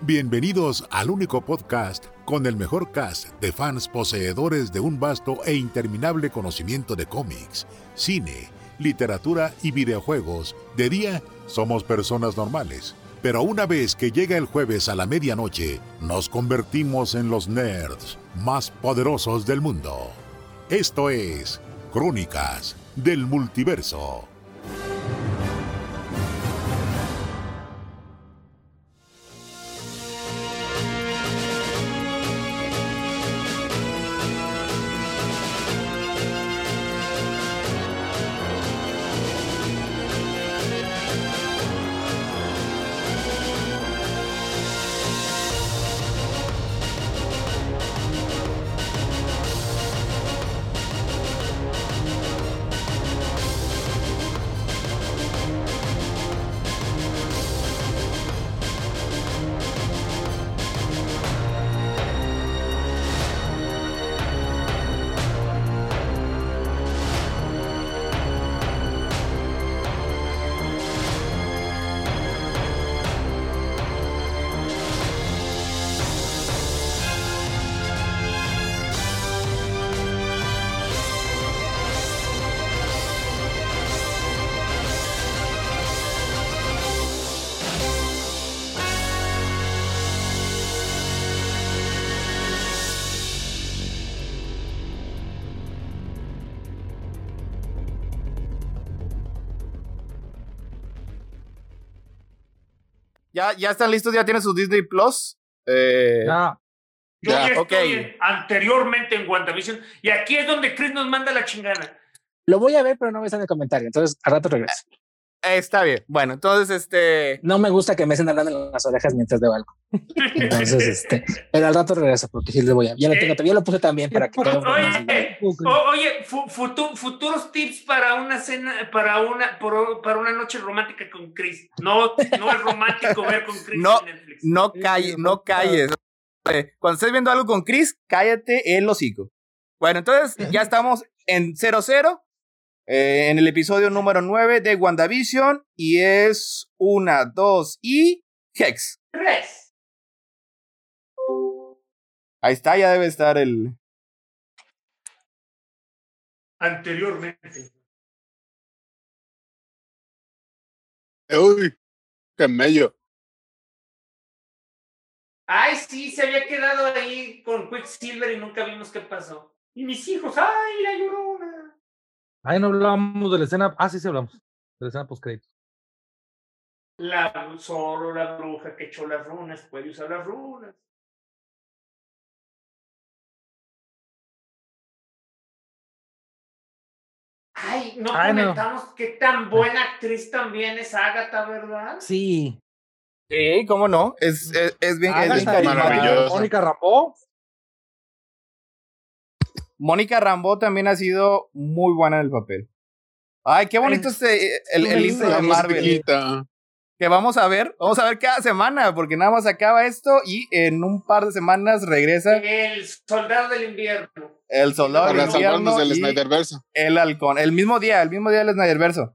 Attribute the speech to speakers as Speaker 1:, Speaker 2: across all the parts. Speaker 1: Bienvenidos al único podcast con el mejor cast de fans poseedores de un vasto e interminable conocimiento de cómics, cine, literatura y videojuegos. De día somos personas normales, pero una vez que llega el jueves a la medianoche, nos convertimos en los nerds más poderosos del mundo. Esto es Crónicas del Multiverso.
Speaker 2: ¿Ya, ya están listos? ¿Ya tienen su Disney Plus? Eh,
Speaker 3: Ya.
Speaker 4: Yo
Speaker 2: Ya,
Speaker 4: ya estoy
Speaker 2: ok.
Speaker 4: en- anteriormente en WandaVision y aquí es donde Chris nos manda la chingada.
Speaker 3: Lo voy a ver, pero no me están en el comentario. Entonces, al rato regreso.
Speaker 2: eh, Está bien. Bueno, entonces, este.
Speaker 3: No me gusta que me estén hablando en las orejas mientras debo algo. Entonces, este, pero al rato regreso porque sí les voy a. Ya lo tengo, ya lo puse también para que. todo-
Speaker 4: Oye, o- oye fu- futu- futuros tips para una cena, para una, por- para una noche romántica con Chris. No, no es romántico ver con Chris
Speaker 2: No,
Speaker 4: en Netflix.
Speaker 2: No,
Speaker 3: Sí,
Speaker 2: calle,
Speaker 3: sí,
Speaker 2: no
Speaker 3: falta-
Speaker 2: calles. Eh, Cuando estés viendo algo con Chris, cállate el hocico. Bueno, entonces ya estamos en 0-0, eh, en el episodio número 9 de WandaVision, y es 1, 2 y Hex.
Speaker 4: Tres.
Speaker 2: Ahí está, ya debe estar el...
Speaker 4: Anteriormente.
Speaker 5: Uy, qué mello.
Speaker 4: Ay, sí, se había quedado ahí con Quicksilver y nunca vimos qué pasó. Y mis hijos, ay, la llorona.
Speaker 3: Ahí no hablábamos de la escena. Ah, sí, sí hablamos. De la escena post
Speaker 4: La solo la bruja que echó las runas puede usar las runas. Ay, no
Speaker 3: Ay, no.
Speaker 4: comentamos qué tan buena actriz también es Agatha, ¿verdad?
Speaker 3: Sí.
Speaker 2: Sí, ¿cómo no? Es, es, es
Speaker 3: Ah,
Speaker 2: bien, es bien
Speaker 5: Agatha,
Speaker 2: carismática.
Speaker 5: maravilloso.
Speaker 3: Mónica Rapó.
Speaker 2: Mónica Rambo también ha sido muy buena en el papel. Ay, qué bonito este, el, el intro de
Speaker 5: La
Speaker 2: Marvel.
Speaker 5: musiquita.
Speaker 2: que vamos a ver, vamos a ver cada semana, porque nada más acaba esto y en un par de semanas regresa
Speaker 4: El soldado del invierno.
Speaker 2: el soldado
Speaker 5: Para
Speaker 2: del invierno
Speaker 5: salvarnos del
Speaker 2: y
Speaker 5: Snyderverse.
Speaker 2: el halcón, el mismo día, el mismo día del Snyderverso.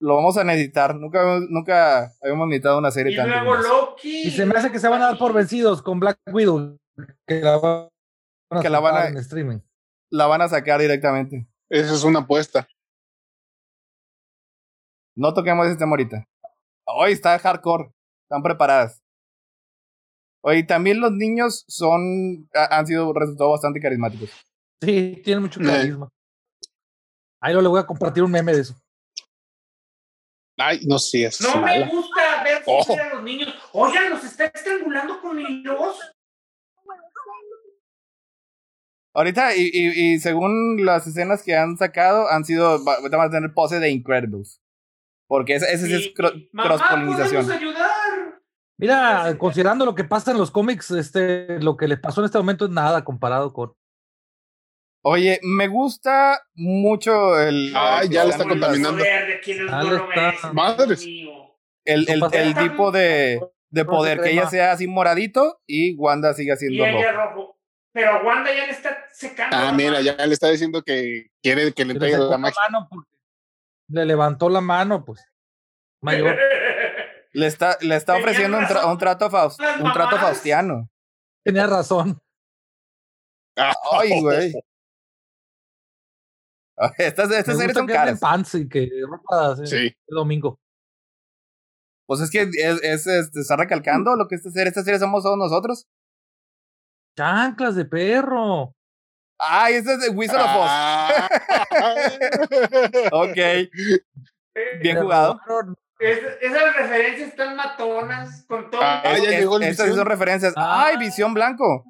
Speaker 2: Lo vamos a necesitar, nunca, habíamos- nunca habíamos necesitado una serie
Speaker 4: Y
Speaker 2: tan
Speaker 4: luego
Speaker 2: luminosa.
Speaker 4: Loki.
Speaker 3: Y se me hace que se van a dar por vencidos con Black Widow. Que la van a,
Speaker 2: Que la van a-
Speaker 3: sacar en streaming.
Speaker 2: La van a sacar directamente.
Speaker 5: Esa es una apuesta.
Speaker 2: No toquemos ese tema ahorita. Hoy está hardcore, están preparadas. Oye, y también los niños son, ha- han sido resultados bastante carismáticos.
Speaker 3: Sí, tiene mucho
Speaker 5: Eh.
Speaker 3: carisma. Ahí lo le voy a compartir un meme de eso.
Speaker 5: Ay, no, sí, es
Speaker 4: No me
Speaker 5: mala.
Speaker 4: gusta ver
Speaker 5: Oh.
Speaker 4: sufrir a los niños. Oigan, los está estrangulando con hilos.
Speaker 2: Ahorita, y, y- y según las escenas que han sacado, han sido. va- Ahorita van a tener pose de Incredibles. Porque ese, ese sí es
Speaker 4: Sí.
Speaker 2: cro-
Speaker 4: Mamá, podemos
Speaker 2: cross-polinización.
Speaker 4: ayudar. Sí,
Speaker 3: Mira,
Speaker 4: sí.
Speaker 3: considerando lo que pasa en los cómics, este, lo que les pasó en este momento es nada comparado con.
Speaker 2: Oye, me gusta mucho el.
Speaker 5: Ah, ya lo está
Speaker 2: las-
Speaker 5: contaminando.
Speaker 4: Verde, quienes
Speaker 3: Ah, lo
Speaker 4: no lo
Speaker 3: está.
Speaker 4: merecen, Dios
Speaker 5: Madres.
Speaker 4: mío.
Speaker 2: El, el-
Speaker 3: No pasa
Speaker 2: el
Speaker 4: nada.
Speaker 2: tipo de, de
Speaker 3: No se
Speaker 2: poder, que ella
Speaker 3: crema.
Speaker 2: sea así moradito y Wanda siga
Speaker 4: Y
Speaker 2: siendo
Speaker 4: ella
Speaker 2: rojo.
Speaker 4: rojo. Pero Wanda ya le está secando.
Speaker 5: Ah,
Speaker 4: la
Speaker 5: mira,
Speaker 4: mano.
Speaker 5: ya le está diciendo que quiere que le
Speaker 3: que le
Speaker 5: entregue
Speaker 3: sacó
Speaker 5: la
Speaker 3: la
Speaker 5: magia.
Speaker 3: mano porque le levantó la mano, pues. Mayor.
Speaker 2: Le está, le está
Speaker 4: Tenían
Speaker 2: ofreciendo un, tra-
Speaker 4: razón.
Speaker 2: un trato faust-
Speaker 4: Las
Speaker 2: un trato
Speaker 4: mamadas.
Speaker 2: faustiano.
Speaker 6: Tenía razón.
Speaker 2: Ay, güey. Ay, Estas,
Speaker 6: Me
Speaker 2: estas Este series
Speaker 6: gusta
Speaker 2: son
Speaker 6: que anden
Speaker 2: caras.
Speaker 6: pants y que ropa así,
Speaker 5: Sí.
Speaker 6: de domingo.
Speaker 2: Pues es que es, es, este, está recalcando
Speaker 6: Mm.
Speaker 2: lo que esta serie, esta serie somos todos nosotros.
Speaker 6: Chanclas de perro.
Speaker 2: Ay, este es de Wizard of Oz.
Speaker 5: Ah.
Speaker 2: Ok,
Speaker 4: Eh,
Speaker 2: bien
Speaker 6: Me
Speaker 2: jugado.
Speaker 6: robaron.
Speaker 4: es- esas referencias están matonas con todo.
Speaker 5: Ah,
Speaker 2: Es-
Speaker 5: ya
Speaker 2: es-
Speaker 5: llegó el
Speaker 2: estas sí
Speaker 5: Visión.
Speaker 2: son referencias.
Speaker 6: Ah.
Speaker 2: Ay, Visión Blanco.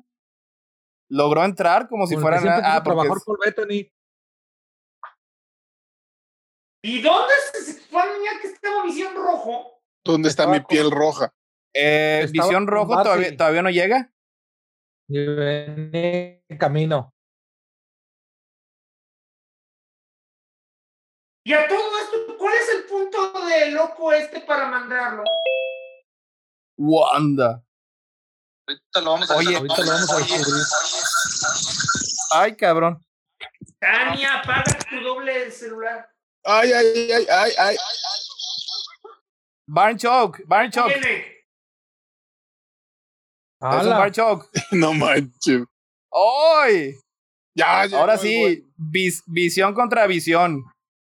Speaker 2: Logró entrar como si
Speaker 6: Como el
Speaker 2: fuera
Speaker 6: que siempre
Speaker 2: na- ah,
Speaker 6: quiso
Speaker 2: porque
Speaker 6: trabajar por Bethany.
Speaker 4: ¿Y dónde se suponía que estaba visión rojo?
Speaker 5: ¿Dónde está mi
Speaker 6: Estaba
Speaker 5: piel roja?
Speaker 2: eh,
Speaker 6: Estaba
Speaker 2: Visión
Speaker 6: con
Speaker 2: Rojo
Speaker 6: Buffy.
Speaker 2: todavía, todavía no llega.
Speaker 6: Y venía en camino.
Speaker 4: Y a todo esto, ¿cuál es el punto de loco este para mandarlo?
Speaker 2: Wanda.
Speaker 7: Ahorita lo vamos a
Speaker 2: Oye,
Speaker 6: Ahorita lo vamos a descubrir.
Speaker 2: Ay, cabrón.
Speaker 4: Tania, apaga tu doble celular.
Speaker 5: Ay, ay, ay, ay, ay.
Speaker 2: Barn Choke, Barn Choke.
Speaker 4: Viene.
Speaker 2: Es un
Speaker 6: ¡Hala!
Speaker 2: Barn Choke.
Speaker 5: No manches.
Speaker 2: ¡Ay!
Speaker 5: Ya, llegó
Speaker 2: Ahora
Speaker 5: el güey.
Speaker 2: sí, vis- visión contra visión.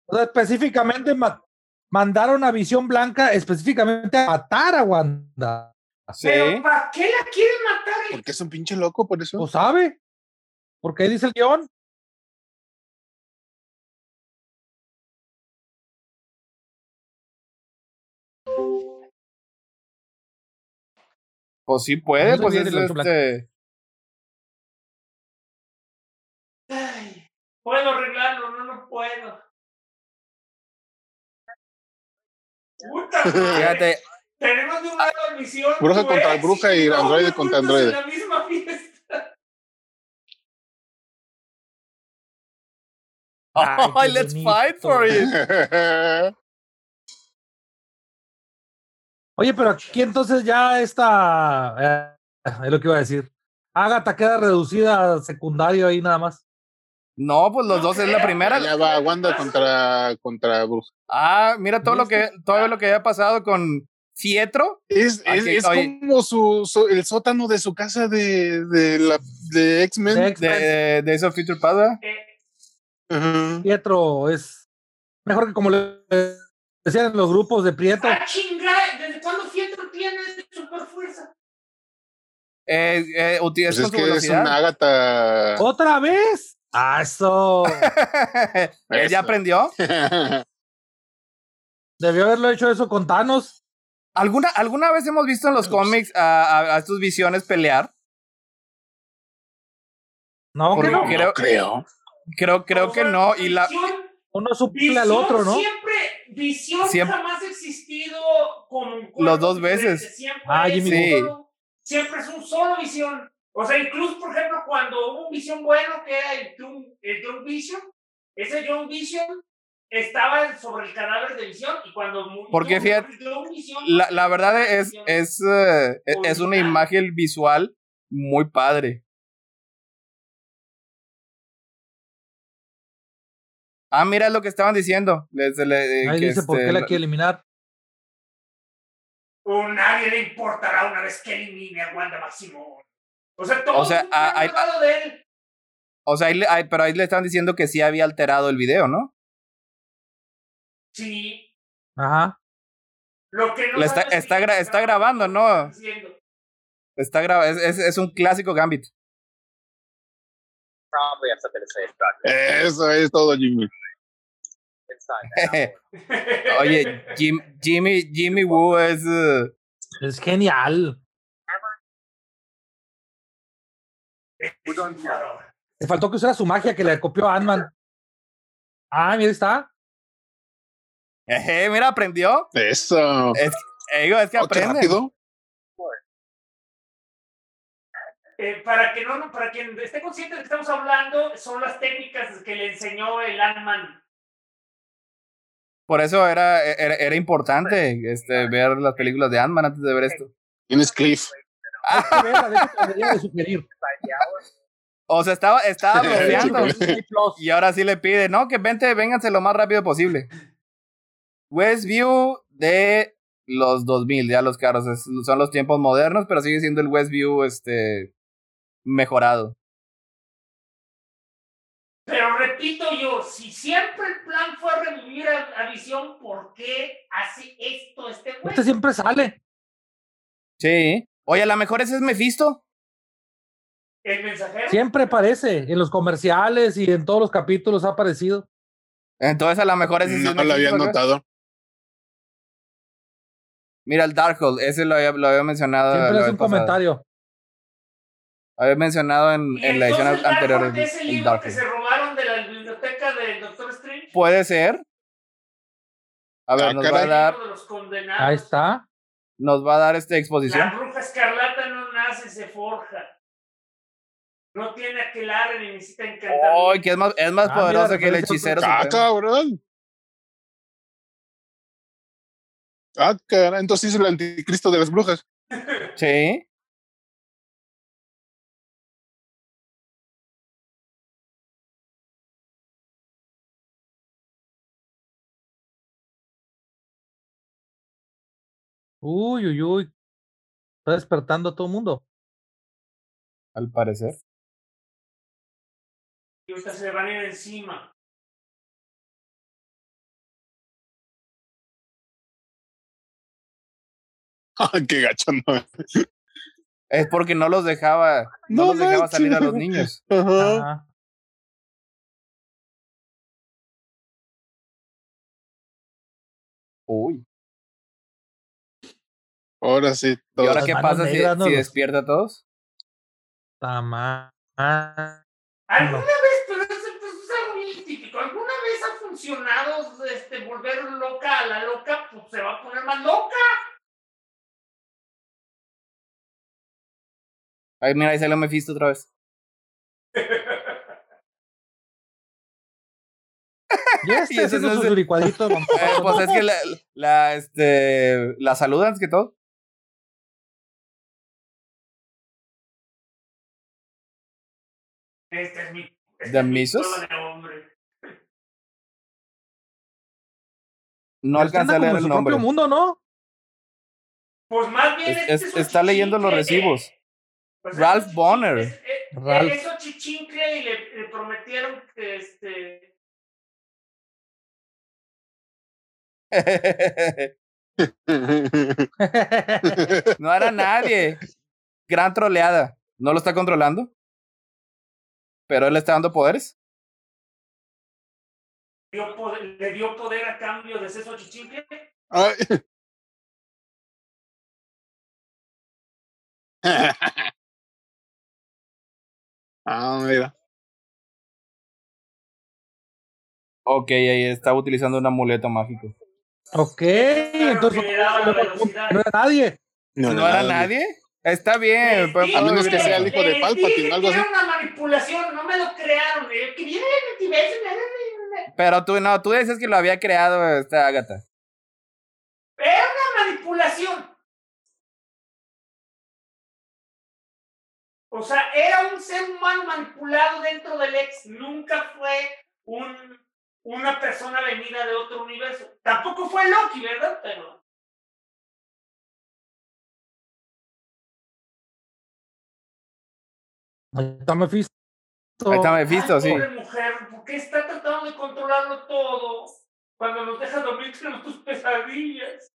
Speaker 6: O sea, específicamente ma- mandaron a Visión Blanca específicamente a matar a Wanda.
Speaker 2: Sí.
Speaker 4: Pero ¿para qué la quieren matar?
Speaker 5: Porque es un pinche loco por eso?
Speaker 6: ¿Lo sabe? Porque ahí dice el guión.
Speaker 2: Pues sí puede,
Speaker 6: No
Speaker 2: pues
Speaker 6: sabía
Speaker 2: es
Speaker 6: de la Blanca.
Speaker 2: este.
Speaker 4: Ay, puedo arreglarlo, no lo puedo. Puta madre.
Speaker 2: Fíjate,
Speaker 4: Tenemos de un lado a misión. pues,
Speaker 5: Bruja
Speaker 4: tu
Speaker 5: contra
Speaker 4: ex,
Speaker 5: bruja y
Speaker 4: todos
Speaker 5: androide
Speaker 4: juntos
Speaker 5: contra
Speaker 4: en
Speaker 5: androide.
Speaker 4: la misma fiesta.
Speaker 6: Ay, qué
Speaker 2: let's
Speaker 6: bonito.
Speaker 2: fight for it.
Speaker 6: Oye, pero aquí entonces ya está. es lo que iba a decir. Agatha queda reducida a secundario ahí nada más.
Speaker 2: No, pues los dos es la primera.
Speaker 5: Ya va Wanda contra, contra Bruja.
Speaker 2: Ah, mira todo lo que todo lo que había pasado con Fietro.
Speaker 5: Es,
Speaker 2: Ah,
Speaker 5: es,
Speaker 2: que-
Speaker 5: es
Speaker 2: oye.
Speaker 5: como su, su- el sótano de su casa de, de, la- de
Speaker 6: De
Speaker 5: X-Men.
Speaker 6: X-Men,
Speaker 2: de de Days of Future Past, ¿verdad?
Speaker 4: Eh,
Speaker 5: Ajá.
Speaker 6: Pietro es mejor que como le le decían en los grupos de Prieto.
Speaker 4: ah, chingada, ¿desde cuándo Fietro tiene super fuerza?
Speaker 2: Eh, eh, uti- es
Speaker 5: Pues es
Speaker 2: con su
Speaker 5: que es una
Speaker 2: velocidad.
Speaker 5: Ágata.
Speaker 6: ¿Otra vez? Ah, eso.
Speaker 2: Él ya
Speaker 5: Eso.
Speaker 2: aprendió.
Speaker 6: Debió haberlo hecho eso con Thanos.
Speaker 2: ¿Alguna, ¿Alguna vez hemos visto en los
Speaker 5: Pues
Speaker 2: cómics a, a- a estos visiones pelear?
Speaker 6: No, que
Speaker 2: Porque
Speaker 6: no.
Speaker 2: creo,
Speaker 5: Creo.
Speaker 2: creo, creo
Speaker 4: O
Speaker 2: que
Speaker 4: sea,
Speaker 2: no. Y la,
Speaker 4: Visión,
Speaker 6: Uno suple
Speaker 4: visión
Speaker 6: al otro, ¿no?
Speaker 4: Siempre, visión
Speaker 2: Siempre-
Speaker 4: jamás ha existido con
Speaker 2: Los dos
Speaker 4: diferentes,
Speaker 2: veces.
Speaker 4: Siempre,
Speaker 6: Ah,
Speaker 4: es
Speaker 6: Jimmy
Speaker 2: Sí.
Speaker 4: solo- siempre es un solo visión. O sea, incluso, por ejemplo, cuando hubo un visión bueno que era el Young, el Young Vision, ese Young Vision estaba sobre el cadáver de visión y cuando mu-
Speaker 2: Porque
Speaker 4: Young-
Speaker 2: fíjate,
Speaker 4: Young Vision-
Speaker 2: la, la verdad es, es, eh, es- es una
Speaker 4: Original.
Speaker 2: imagen visual muy padre. Ah, mira lo que estaban diciendo. Les- le- eh,
Speaker 6: Ahí
Speaker 2: que
Speaker 6: dice por
Speaker 2: este,
Speaker 6: qué la
Speaker 2: la-
Speaker 6: quiere eliminar.
Speaker 4: o nadie le importará una vez que elimine a Wanda Maximoff. O sea, todo
Speaker 2: O sea, a- hay-
Speaker 4: de él.
Speaker 2: o sea, ahí le- ahí- pero ahí le están diciendo que sí había alterado el video, ¿no?
Speaker 4: Sí,
Speaker 6: Ajá.
Speaker 4: lo que no
Speaker 2: Le está-
Speaker 4: sabe es
Speaker 2: está
Speaker 4: que-
Speaker 2: gra- está grabando, ¿no?
Speaker 4: Diciendo.
Speaker 2: Está grabado. Es, es- es un clásico Gambit.
Speaker 7: Probably have something to say about this.
Speaker 5: Eso es todo, Jimmy.
Speaker 7: Inside that hour.
Speaker 2: Oye, Jim- Jimmy, Jimmy Woo es. eh,
Speaker 6: Es genial. Le faltó que usara su magia que le copió a Ant-Man. Ah, mira, ahí está.
Speaker 2: Ejé, eh, mira, aprendió.
Speaker 5: Eso.
Speaker 2: Eh, digo, es que
Speaker 5: Oh, qué
Speaker 2: aprende.
Speaker 5: rápido.
Speaker 4: Eh, para que no, no, para quien esté consciente de que estamos hablando, son las técnicas que le enseñó el Ant-Man.
Speaker 2: Por eso era, era, era importante este, ver las películas de Ant-Man antes de ver esto.
Speaker 5: Tienes Cliff.
Speaker 6: Hay que verla, de hecho, te debería de sugerir.
Speaker 7: Inside the hour.
Speaker 2: O sea, estaba, estaba bloqueando.
Speaker 5: Chico.
Speaker 2: y ahora sí le pide, no, que vente, vénganse lo más rápido posible. Westview de los 2000, ya los caros. es- son los tiempos modernos, pero sigue siendo el Westview este, mejorado.
Speaker 4: Pero repito yo, si siempre el plan fue revivir a, a Visión, ¿por qué hace esto este güey?
Speaker 6: Este siempre sale.
Speaker 2: Sí. Oye, a lo mejor ese es Mephisto.
Speaker 4: El mensajero.
Speaker 6: Siempre aparece. En los comerciales y en todos los capítulos ha aparecido.
Speaker 2: Entonces, a lo mejor ese sí es
Speaker 5: No lo había
Speaker 2: Mephisto, ¿no?
Speaker 5: notado.
Speaker 2: Mira, el Darkhold, ese lo había, Ah, lo había mencionado.
Speaker 6: Siempre
Speaker 2: la vez
Speaker 6: hace un
Speaker 2: pasada.
Speaker 6: comentario.
Speaker 2: Había mencionado en,
Speaker 4: Y
Speaker 2: en la edición
Speaker 4: entonces
Speaker 2: anterior
Speaker 4: Darkhold es el
Speaker 2: el
Speaker 4: libro que
Speaker 2: Darkhold.
Speaker 4: se robaron de la biblioteca del Doctor Strange.
Speaker 2: Puede ser. A ver,
Speaker 5: Ah,
Speaker 2: nos, va a
Speaker 5: caray.
Speaker 4: El
Speaker 2: dar,
Speaker 4: libro de los condenados.
Speaker 6: Ahí está.
Speaker 2: nos va a dar esta exposición.
Speaker 4: La bruja escarlata no nace, se forja. No tiene aquelarre ni necesita encantamiento.
Speaker 2: ¡Ay, que es más, es más
Speaker 6: Ah, mira,
Speaker 2: poderoso que el
Speaker 6: referencia
Speaker 2: hechicero!
Speaker 6: otra.
Speaker 5: Ah,
Speaker 2: supremo.
Speaker 5: cabrón. Ah, caray. Entonces es el anticristo de las brujas.
Speaker 2: Sí.
Speaker 6: Uy, uy, uy. Está despertando a todo el mundo.
Speaker 2: Al parecer.
Speaker 4: Y ahorita se le van a ir encima.
Speaker 5: Ah, qué gacho, no.
Speaker 2: Es porque no los dejaba, no,
Speaker 5: No
Speaker 2: los dejaba
Speaker 5: manches.
Speaker 2: salir a los niños. Ah,
Speaker 5: Ajá.
Speaker 6: Ajá.
Speaker 2: Uy.
Speaker 5: Ahora sí.
Speaker 2: ¿Y
Speaker 5: todo.
Speaker 2: ahora
Speaker 6: Las
Speaker 2: qué
Speaker 6: manos
Speaker 2: pasa si,
Speaker 6: negras, ¿no?
Speaker 2: si
Speaker 6: Los-
Speaker 2: despierta a todos?
Speaker 6: Está mal.
Speaker 4: ¿Alguna
Speaker 6: No.
Speaker 4: vez, pero eso pues, es algo bien típico, alguna vez ha funcionado este, volver loca a la loca, pues se va a poner más loca.
Speaker 2: Ay, mira, ahí salió Mephisto otra vez.
Speaker 6: Ya
Speaker 2: Y
Speaker 6: está
Speaker 2: ese
Speaker 6: este haciendo
Speaker 2: no
Speaker 6: sus
Speaker 2: se-
Speaker 6: licuaditos.
Speaker 2: Eh, pues es que la, la, este, la saludan antes que todo.
Speaker 4: Este es mi.
Speaker 2: ¿De misos?
Speaker 4: prueba de hombre.
Speaker 2: No alcancé a leer el nombre.
Speaker 6: propio mundo, ¿no?
Speaker 4: Pues más bien.
Speaker 2: Es-
Speaker 4: este
Speaker 2: es-
Speaker 4: es un
Speaker 2: está leyendo los
Speaker 4: chichincle.
Speaker 2: recibos.
Speaker 4: Pues,
Speaker 2: Ralph
Speaker 4: es un
Speaker 2: Bonner.
Speaker 4: chichincle, es- es-
Speaker 6: Ralph.
Speaker 4: Es un chichincle y le, le prometieron que este.
Speaker 2: no era nadie. Gran troleada. No lo está controlando. Pero él le está dando poderes.
Speaker 4: dio poder- le dio poder a cambio de ser chichincle.
Speaker 5: Ay. ah, mira.
Speaker 2: Ok, ahí está utilizando un amuleto mágico.
Speaker 6: Ok, entonces
Speaker 4: que le daba la
Speaker 6: no era-
Speaker 4: velocidad.
Speaker 6: no era nadie.
Speaker 2: ¿No, era nadie? Está bien.
Speaker 4: Les
Speaker 2: pero-
Speaker 4: dije,
Speaker 5: a menos que sea el hijo de
Speaker 4: les
Speaker 5: Palpatine,
Speaker 4: dije
Speaker 5: algo
Speaker 4: que
Speaker 5: así.
Speaker 4: Era una manipulación, no me lo crearon. eh, Que viene el multiverso, bla, bla, bla, bla.
Speaker 2: Pero tú no, tú dices que lo había creado esta Agatha.
Speaker 4: Era una manipulación. O sea, era un ser humano manipulado dentro del ex. Nunca fue un, una persona venida de otro universo. Tampoco fue Loki, ¿verdad? Pero.
Speaker 6: Ahí está Mephisto.
Speaker 2: Ahí está Mephisto,
Speaker 4: Ay,
Speaker 2: sí.
Speaker 4: Pobre mujer, ah, ¿por qué está tratando de controlarlo todo? Cuando nos deja dormir tenemos tus pesadillas.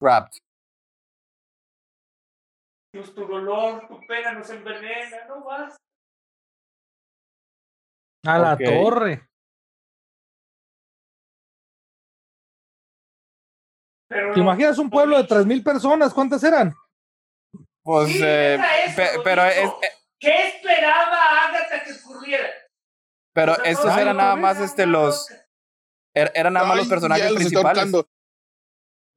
Speaker 2: Trapped.
Speaker 4: Dios, tu dolor, tu pena nos envenena, no vas.
Speaker 6: A la
Speaker 2: Ok.
Speaker 6: torre.
Speaker 4: Pero
Speaker 6: ¿Te imaginas un pueblo de 3.000 personas? ¿Cuántas eran?
Speaker 2: Pues,
Speaker 4: Sí,
Speaker 2: eh,
Speaker 4: deja eso,
Speaker 2: pe-
Speaker 4: lo
Speaker 2: pero, es, eh,
Speaker 4: dijo. ¿Qué esperaba Agatha que ocurriera?
Speaker 2: pero
Speaker 4: O sea,
Speaker 2: estos
Speaker 4: no,
Speaker 2: eran
Speaker 4: no,
Speaker 2: nada
Speaker 4: no,
Speaker 2: más
Speaker 4: no,
Speaker 2: este
Speaker 4: no, no.
Speaker 2: los er- eran nada más
Speaker 5: Ay,
Speaker 2: los personajes
Speaker 5: ya los está
Speaker 2: principales.
Speaker 5: ahorcando.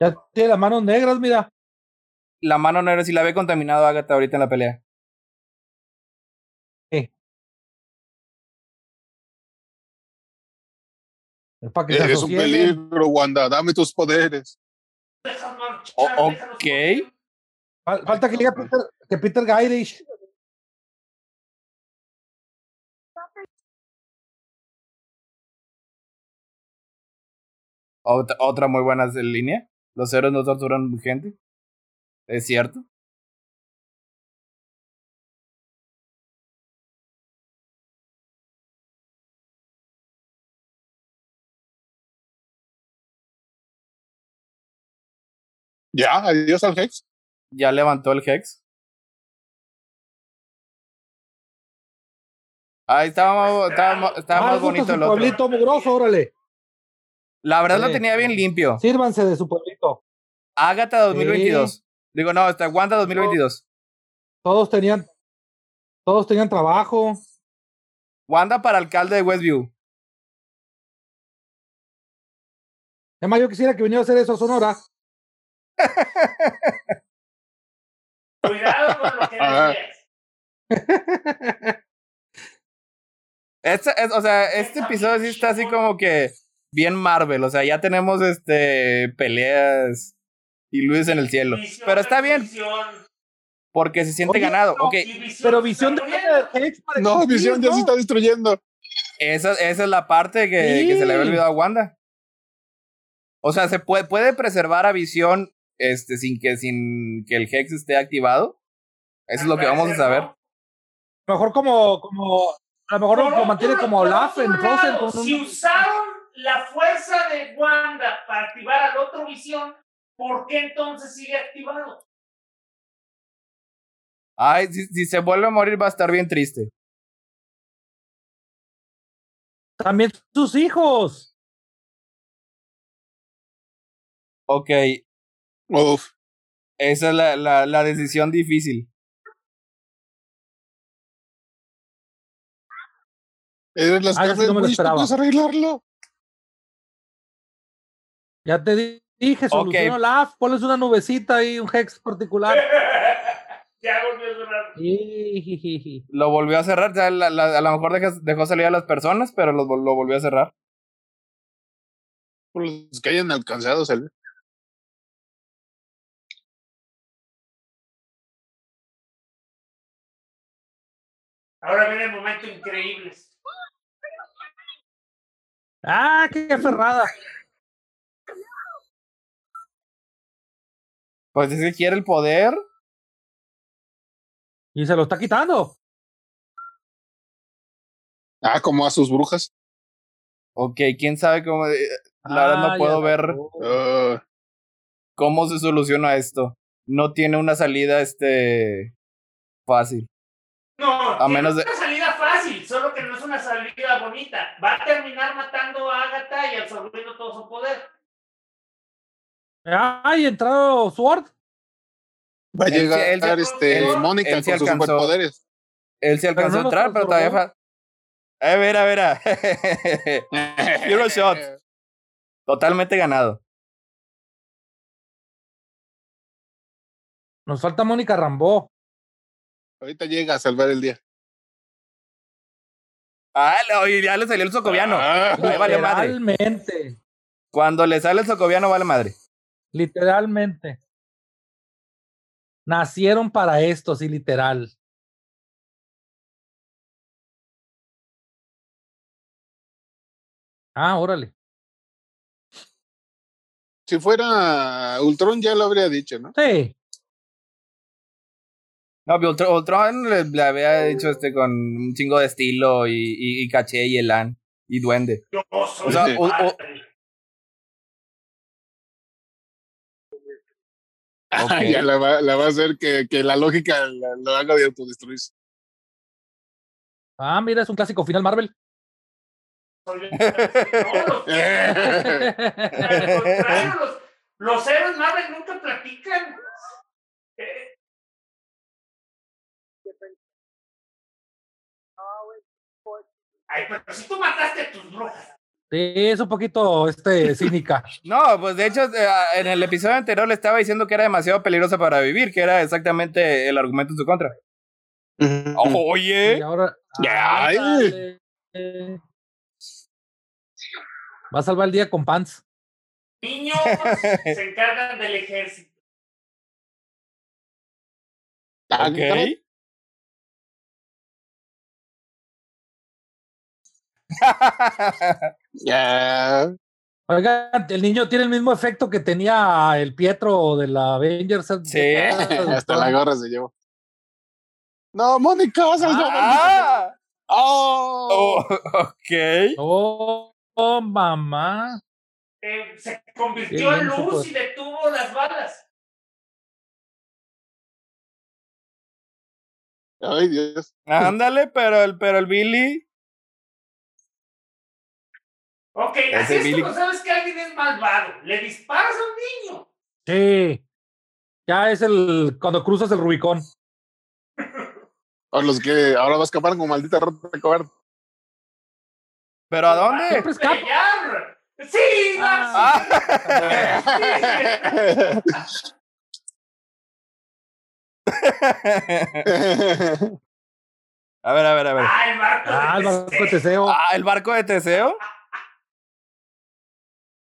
Speaker 6: Ya tiene las manos negras, mira.
Speaker 2: La mano negra sí la ve contaminado Agatha ahorita en la pelea.
Speaker 6: Es para que se
Speaker 5: Eres un
Speaker 6: asocien.
Speaker 5: peligro, Wanda. Dame tus poderes.
Speaker 4: Déjanos marchar,
Speaker 2: O-
Speaker 4: déjanos
Speaker 2: ok.
Speaker 6: Fal- Falta que llegue Peter, que Peter Gairish.
Speaker 2: Ot- otra muy buena línea. Los héroes no torturan gente. Es cierto.
Speaker 5: Ya, adiós al Hex.
Speaker 2: Ya levantó el Hex. Ahí estaba, estaba, mo- estaba
Speaker 6: Ah,
Speaker 2: más
Speaker 6: resulta
Speaker 2: bonito
Speaker 6: su
Speaker 2: el otro.
Speaker 6: pueblito mugroso, órale.
Speaker 2: La verdad lo
Speaker 6: Sí.
Speaker 2: tenía bien limpio.
Speaker 6: Sírvanse de su pueblito.
Speaker 2: Agatha 2022. Digo, no, está Wanda 2022.
Speaker 6: Todos tenían, todos tenían trabajo.
Speaker 2: Wanda para alcalde de Westview.
Speaker 6: Es más, yo quisiera que viniera a hacer eso a Sonora.
Speaker 4: Cuidado con lo que decías.
Speaker 2: Este, es- o sea, este episodio sí está así como que bien Marvel. O sea, ya tenemos este peleas y Luis en el cielo.
Speaker 4: Visión
Speaker 2: Pero está
Speaker 4: tras
Speaker 2: bien,
Speaker 4: visión.
Speaker 2: porque se siente
Speaker 6: Oye,
Speaker 2: ganado.
Speaker 6: no.
Speaker 2: Ok,
Speaker 4: Y
Speaker 6: Pero visión de
Speaker 4: también.
Speaker 5: No, Visión ya se está destruyendo.
Speaker 2: esa, esa es la parte que, que se le había
Speaker 6: Sí.
Speaker 2: olvidado a Wanda. O sea, se puede, puede preservar a Visión este, sin, que, sin que el Hex esté activado. Eso es lo que vamos a saber.
Speaker 6: A lo mejor como, como, a lo mejor lo
Speaker 4: Por
Speaker 6: mantiene
Speaker 4: otro-
Speaker 6: como
Speaker 4: por
Speaker 6: Olaf
Speaker 4: otro
Speaker 6: en Frozen.
Speaker 4: lado,
Speaker 6: con un-
Speaker 4: Si usaron la fuerza de Wanda para activar al otro visión, ¿por qué entonces sigue activado?
Speaker 2: Ay, si, si se vuelve a morir va a estar bien triste.
Speaker 6: También sus hijos.
Speaker 2: Ok,
Speaker 5: Uf.
Speaker 2: esa es la, la, la decisión difícil.
Speaker 5: Eres las
Speaker 6: Ah, eso
Speaker 5: cartas de
Speaker 6: no me lo
Speaker 5: Wish,
Speaker 6: esperaba.
Speaker 5: puedes arreglarlo.
Speaker 6: Ya te di- dije, soluciona Olaf, ponles una nubecita ahí, un hex particular.
Speaker 4: ya volvió a sonar.
Speaker 6: Ijijiji.
Speaker 2: Lo volvió a cerrar, ya la- la- a lo mejor dejas- dejó salir a las personas, pero lo, vol- lo volvió a cerrar.
Speaker 5: Por los que hayan alcanzado a salir.
Speaker 4: Ahora viene el momento increíble.
Speaker 6: ah, qué ferrada.
Speaker 2: Pues es que quiere el poder.
Speaker 6: Y se lo está quitando.
Speaker 5: Ah, como a sus brujas.
Speaker 2: Ok, quién sabe cómo. eh, La verdad no
Speaker 6: Ah, ya
Speaker 2: puedo
Speaker 6: la-
Speaker 2: ver
Speaker 5: Ah,
Speaker 2: cómo se soluciona esto. No tiene una salida este fácil.
Speaker 4: No, tiene
Speaker 2: menos de-
Speaker 4: una salida fácil, solo que no es una salida bonita. Va a terminar matando a Agatha y absorbiendo todo su poder.
Speaker 6: Ay, entrado Sword.
Speaker 5: va a
Speaker 2: Él sí-
Speaker 5: llegar
Speaker 2: él sí-
Speaker 5: este,
Speaker 4: él-
Speaker 5: Mónica
Speaker 2: él sí
Speaker 5: con sus
Speaker 2: alcanzó.
Speaker 5: superpoderes.
Speaker 2: Él se alcanzó
Speaker 6: no
Speaker 2: a
Speaker 6: lo
Speaker 2: entrar, pero todavía. fa- A ver, a ver, a ver. Hero shot. Totalmente ganado.
Speaker 6: Nos falta Mónica Rambó.
Speaker 5: Ahorita llega a salvar el día.
Speaker 2: Ah, le- oye, ya le salió el socoviano.
Speaker 5: Ah,
Speaker 2: Ahí vale madre.
Speaker 6: Literalmente.
Speaker 2: Cuando le sale el socoviano, vale madre.
Speaker 6: Literalmente. Nacieron para esto, sí, literal. Ah, órale.
Speaker 5: si fuera Ultron ya lo habría dicho, ¿no?
Speaker 6: Sí.
Speaker 2: No, pero Ultron, Ultron le, le había hecho este con un chingo de estilo y, y, y caché y elán y duende.
Speaker 4: Yo soy
Speaker 2: O sea,
Speaker 4: tu
Speaker 2: o- o-
Speaker 4: padre.
Speaker 5: Ah, ya la va, la va a hacer que, que la lógica la- lo haga de autodestruirse.
Speaker 6: Ah, mira, es un clásico final Marvel.
Speaker 4: Soy yo. No, los- Al contrario, los, los héroes Marvel nunca platican. Eh, Ay, pero si tú mataste a tus brujas.
Speaker 6: Sí, es un poquito este, cínica.
Speaker 2: No, pues de hecho, eh, en el episodio anterior le estaba diciendo que era demasiado peligrosa para vivir, que era exactamente el argumento en su contra. Ojo,
Speaker 6: Y
Speaker 2: oye.
Speaker 6: ahora.
Speaker 5: Ya, ay.
Speaker 6: ándale. Va a salvar el día con pants.
Speaker 4: Niños se encargan del ejército.
Speaker 5: Ah,
Speaker 2: Ok.
Speaker 5: cabrón. Ya.
Speaker 6: Oiga, el niño tiene el mismo efecto que tenía el Pietro de la Avengers.
Speaker 2: Sí.
Speaker 5: Hasta
Speaker 6: ah.
Speaker 5: la gorra se llevó. No, Mónica, vas a
Speaker 2: ¡Ah!
Speaker 5: ¡Oh!
Speaker 2: Oh, ok.
Speaker 6: Oh, oh, mamá.
Speaker 4: Eh, se convirtió
Speaker 6: Sí,
Speaker 4: en
Speaker 6: no se
Speaker 4: luz
Speaker 6: puede.
Speaker 4: y detuvo las balas.
Speaker 2: Oh.
Speaker 5: Ay, Dios.
Speaker 2: Ándale, pero el, pero el Billy.
Speaker 4: Ok,
Speaker 2: Ese
Speaker 4: así es
Speaker 2: Billy-
Speaker 4: como sabes que alguien es malvado. Le disparas a un niño.
Speaker 6: Sí. Ya es el cuando cruzas el Rubicón.
Speaker 5: O los que ahora va a escapar como maldita rata cobarde.
Speaker 2: ¿Pero a dónde?
Speaker 6: Siempre escapa.
Speaker 4: Pelear. Sí,
Speaker 6: Ah.
Speaker 2: Ah.
Speaker 4: Nancy, sí.
Speaker 2: a ver, a ver, a ver.
Speaker 4: Ah, el barco.
Speaker 6: Ah, el
Speaker 4: de
Speaker 6: barco de
Speaker 4: Teseo.
Speaker 6: Teseo.
Speaker 2: Ah, el barco de Teseo.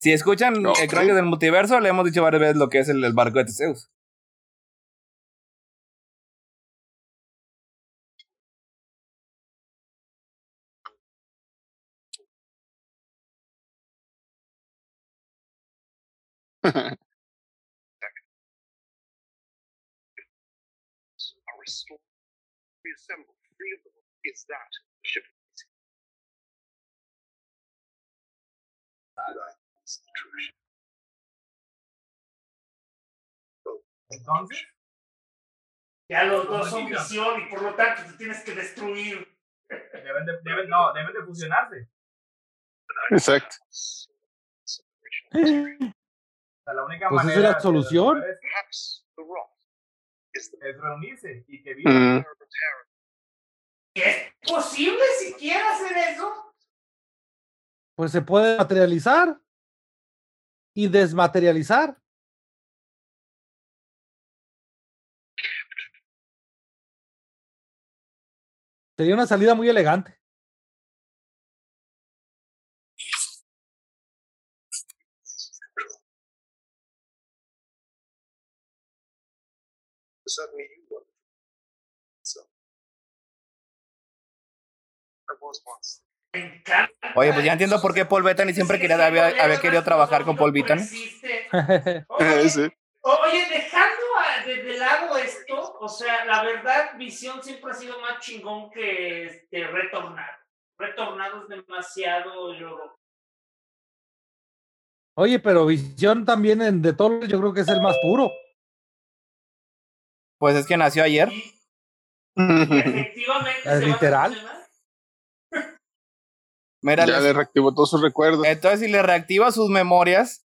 Speaker 2: Si escuchan
Speaker 5: No.
Speaker 2: el Crónicas del Multiverso, le hemos dicho varias veces lo que es el, el barco de Teseus.
Speaker 4: Entonces, ya los dos son visión y por lo tanto te tienes que destruir.
Speaker 8: Deben de, deben, no, deben de fusionarse.
Speaker 5: Exacto.
Speaker 8: O sea, la única
Speaker 6: Pues esa
Speaker 8: manera
Speaker 6: es la
Speaker 8: de
Speaker 6: solución.
Speaker 8: resolver Es, es reunirse y que vivan.
Speaker 5: Mm.
Speaker 4: ¿Y ¿Es posible siquiera hacer eso?
Speaker 6: Pues se puede materializar y desmaterializar. Sería una salida muy elegante.
Speaker 4: Me encanta.
Speaker 2: Oye, pues ya entiendo por qué Paul Bettany siempre quería, había, había querido trabajar con Paul Bettany.
Speaker 4: Existe.
Speaker 5: Eh,
Speaker 4: Oye,
Speaker 5: sí.
Speaker 4: Oye, dejando a- de, de lado esto, o sea, la verdad, Visión siempre ha sido más chingón que este Retornado. Retornado es demasiado lloro.
Speaker 6: Oye, pero Visión también en de todos yo creo que es el más puro.
Speaker 2: Pues es que nació ayer.
Speaker 4: Y, y efectivamente. se va a
Speaker 6: Literal.
Speaker 4: funcionar.
Speaker 2: Mira,
Speaker 5: Ya pues.
Speaker 2: les-
Speaker 5: le reactivó todos sus recuerdos.
Speaker 2: entonces si le reactiva sus memorias,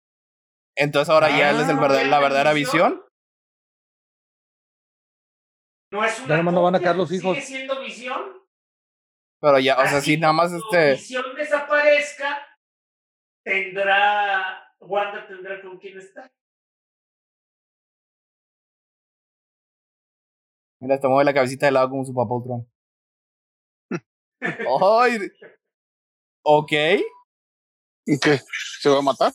Speaker 2: entonces ahora ya
Speaker 6: Ah,
Speaker 2: él es el verdad- la verdadera visión.
Speaker 4: No es una
Speaker 6: Ya nomás no van a
Speaker 4: copia,
Speaker 6: caer los hijos.
Speaker 4: Sigue siendo Visión.
Speaker 2: Pero ya, o sea, si nada más
Speaker 4: Cuando
Speaker 2: este...
Speaker 4: Visión desaparezca, tendrá. Wanda tendrá con quién estar.
Speaker 2: Mira, hasta mueve la cabecita de lado como su papá Ultron. ¡Ay! Ok.
Speaker 5: ¿Qué? ¿Se va a matar?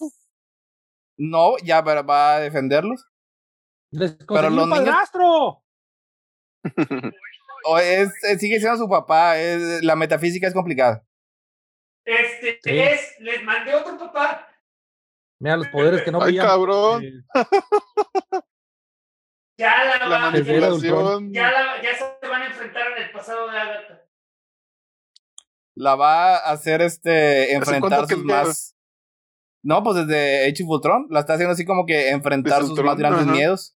Speaker 2: No, ya va- va a defenderlos.
Speaker 6: Les conseguí
Speaker 2: los
Speaker 6: un
Speaker 2: niños-
Speaker 6: padrastro.
Speaker 2: O es, eh, sigue siendo su papá. es- la metafísica es complicada.
Speaker 4: Este
Speaker 6: Sí.
Speaker 4: es, les mandé otro papá.
Speaker 6: Mira los poderes que no
Speaker 5: Ay,
Speaker 6: brillan.
Speaker 5: cabrón.
Speaker 6: Eh,
Speaker 4: Ya la,
Speaker 5: La
Speaker 4: van-
Speaker 5: manipulación.
Speaker 4: ya la- ya se van a enfrentar en el pasado de Agatha.
Speaker 2: La va a hacer este
Speaker 5: ¿Hace cuánto
Speaker 2: enfrentar
Speaker 5: que
Speaker 2: sus
Speaker 5: le-
Speaker 2: más. No, pues desde Age of Ultron. La está haciendo así como que enfrentar
Speaker 5: Desde
Speaker 2: sus
Speaker 5: Ultron,
Speaker 2: más grandes
Speaker 5: ajá.
Speaker 2: miedos.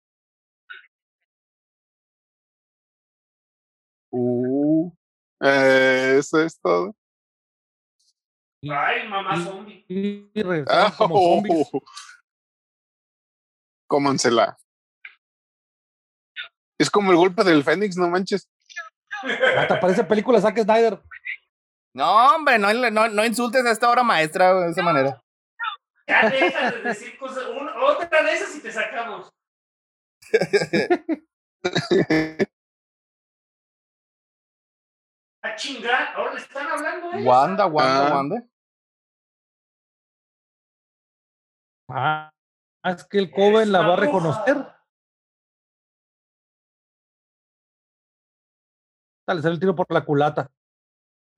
Speaker 2: Uh.
Speaker 5: Eh, eso es todo.
Speaker 6: Y,
Speaker 4: Ay, mamá
Speaker 6: Y-
Speaker 4: zombie.
Speaker 6: y- y regresaron
Speaker 5: Ah,
Speaker 6: como
Speaker 5: oh,
Speaker 6: zombies.
Speaker 5: oh, oh. Cómansela. Es como el golpe del Fénix, no manches.
Speaker 6: Hasta parece película de Zack Snyder.
Speaker 2: No, hombre, no, no, no insultes a esta obra maestra güey, de esa manera.
Speaker 4: Ya deja de decir cosas. un- otra de esas y te sacamos. A chingar. Ahora le están hablando ellos.
Speaker 2: Wanda, Wanda,
Speaker 5: Ah.
Speaker 2: Wanda.
Speaker 6: Ah, es que el joven la
Speaker 4: Una
Speaker 6: va a
Speaker 4: bruja.
Speaker 6: reconocer. Dale, sale el tiro por la culata.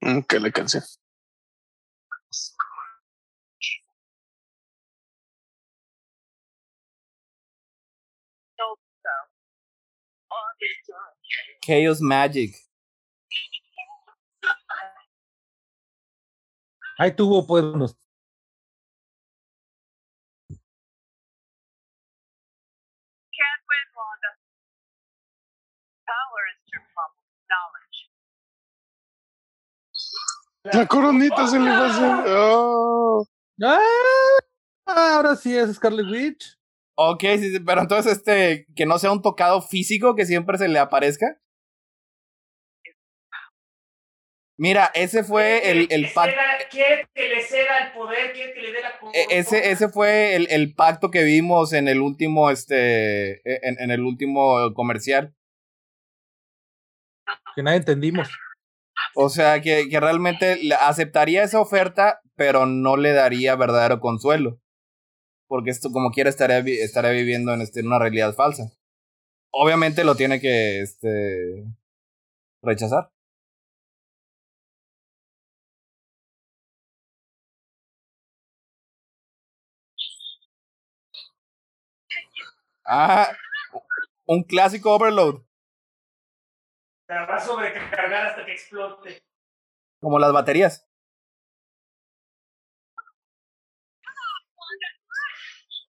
Speaker 5: Mm, que la canción.
Speaker 2: Chaos Magic.
Speaker 6: Ahí tuvo pues unos.
Speaker 9: Can't win, Wanda. Power is your problem, knowledge.
Speaker 5: La coronita se le va a hacer. Oh.
Speaker 6: ¡Ah! Ahora sí es Scarlet Witch.
Speaker 2: Ok, sí, sí, pero entonces este, que no sea un tocado físico que siempre se le aparezca. Mira, ese fue el, el pacto.
Speaker 4: ¿Quiere que le ceda el poder? ¿Quiere que le dé la
Speaker 2: E- Ese, ese fue el, el pacto que vimos en el último, este, en, en el último comercial.
Speaker 6: Que nadie entendimos.
Speaker 2: O sea, que, que realmente le- aceptaría esa oferta, pero no le daría verdadero consuelo. Porque esto, como quiera, estaría, vi- estaría viviendo en, este, en una realidad falsa. Obviamente lo tiene que este, rechazar. Ah, un clásico overload,
Speaker 4: La va a sobrecargar hasta que explote.
Speaker 2: como las baterías.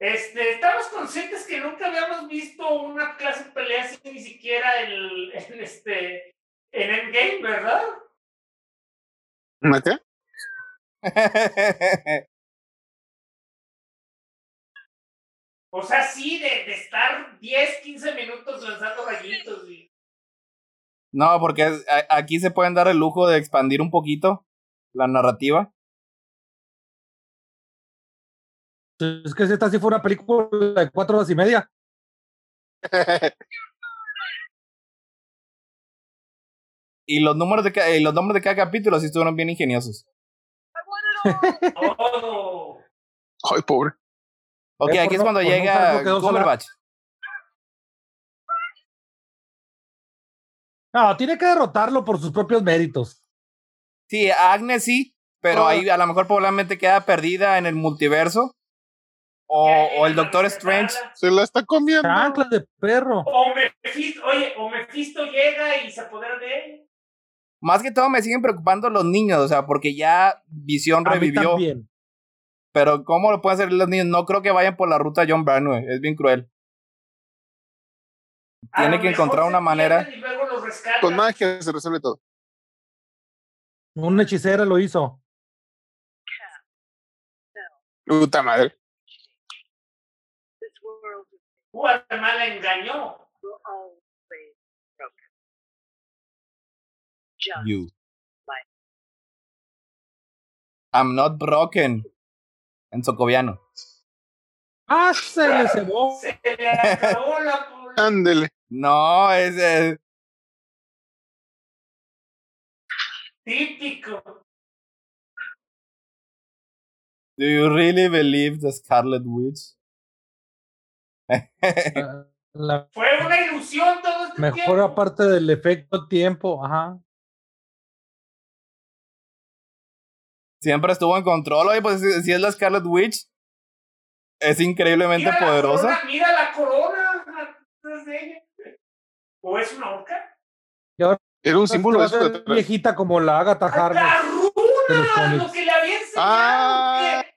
Speaker 4: Este, estamos conscientes que nunca habíamos visto una clase de pelea así, ni siquiera el, en este, en Endgame, ¿verdad?
Speaker 5: ¿Una qué?
Speaker 4: O sea, sí, de, de estar 10, 15 minutos lanzando rayitos. Y,
Speaker 2: No, porque es- a- aquí se pueden dar el lujo de expandir un poquito la narrativa.
Speaker 6: Es que esta sí fue una película de cuatro horas y media.
Speaker 2: Y los números de, ca- y los nombres de cada capítulo sí estuvieron bien ingeniosos.
Speaker 9: I want it all.
Speaker 4: oh,
Speaker 5: Ay, pobre.
Speaker 2: Ok,
Speaker 6: Eh,
Speaker 2: aquí
Speaker 6: por
Speaker 2: es
Speaker 6: no-
Speaker 2: cuando
Speaker 6: por no
Speaker 2: llega
Speaker 6: saberlo quedó sola.
Speaker 2: Cumberbatch.
Speaker 6: No, tiene que derrotarlo por sus propios méritos.
Speaker 2: Sí, a Agnes sí, pero
Speaker 5: Ah.
Speaker 2: ahí a lo mejor probablemente queda perdida en el multiverso. O, o el Doctor Strange.
Speaker 5: Se la está comiendo.
Speaker 6: Chanclas de perro.
Speaker 4: O Mephisto, oye, o Mephisto llega y se apodera de él.
Speaker 2: Más que todo me siguen preocupando los niños, o sea, porque ya Visión
Speaker 6: A mí
Speaker 2: revivió.
Speaker 6: también.
Speaker 2: Pero ¿cómo lo pueden hacer los niños? No creo que vayan por la ruta John Barnwell, es bien cruel.
Speaker 4: A
Speaker 2: Tiene
Speaker 4: lo
Speaker 2: que
Speaker 4: mejor
Speaker 2: encontrar
Speaker 4: se
Speaker 2: una manera.
Speaker 4: pierden Y luego los rescatan.
Speaker 5: Con magia se resuelve todo.
Speaker 6: Una hechicera lo hizo.
Speaker 5: Puta madre.
Speaker 9: This world is
Speaker 4: Uh, Guatemala engañó.
Speaker 9: will always broken. Just
Speaker 2: You. I'm not broken. En socoviano.
Speaker 6: Ah, se le cebó.
Speaker 4: Se le acabó la.
Speaker 5: Ándele.
Speaker 2: No, es, es-
Speaker 4: Típico.
Speaker 2: Do you really believe the Scarlet Witch?
Speaker 6: La
Speaker 4: Fue una ilusión todo este
Speaker 6: mejor
Speaker 4: tiempo.
Speaker 6: aparte del efecto tiempo. Ajá.
Speaker 2: Siempre estuvo en control. Oye, pues si, si es la Scarlet Witch, es increíblemente
Speaker 4: Mira la
Speaker 2: poderosa.
Speaker 4: corona, mira la corona. atrás de ella. ¿O es una orca?
Speaker 5: Era un símbolo de
Speaker 6: Esta va a ser
Speaker 5: eso.
Speaker 6: viejita como la Agatha
Speaker 4: ¡La
Speaker 6: Harkness. de los
Speaker 4: runa!
Speaker 6: cómics.
Speaker 4: Lo que le había enseñado.
Speaker 5: Ah.
Speaker 4: que-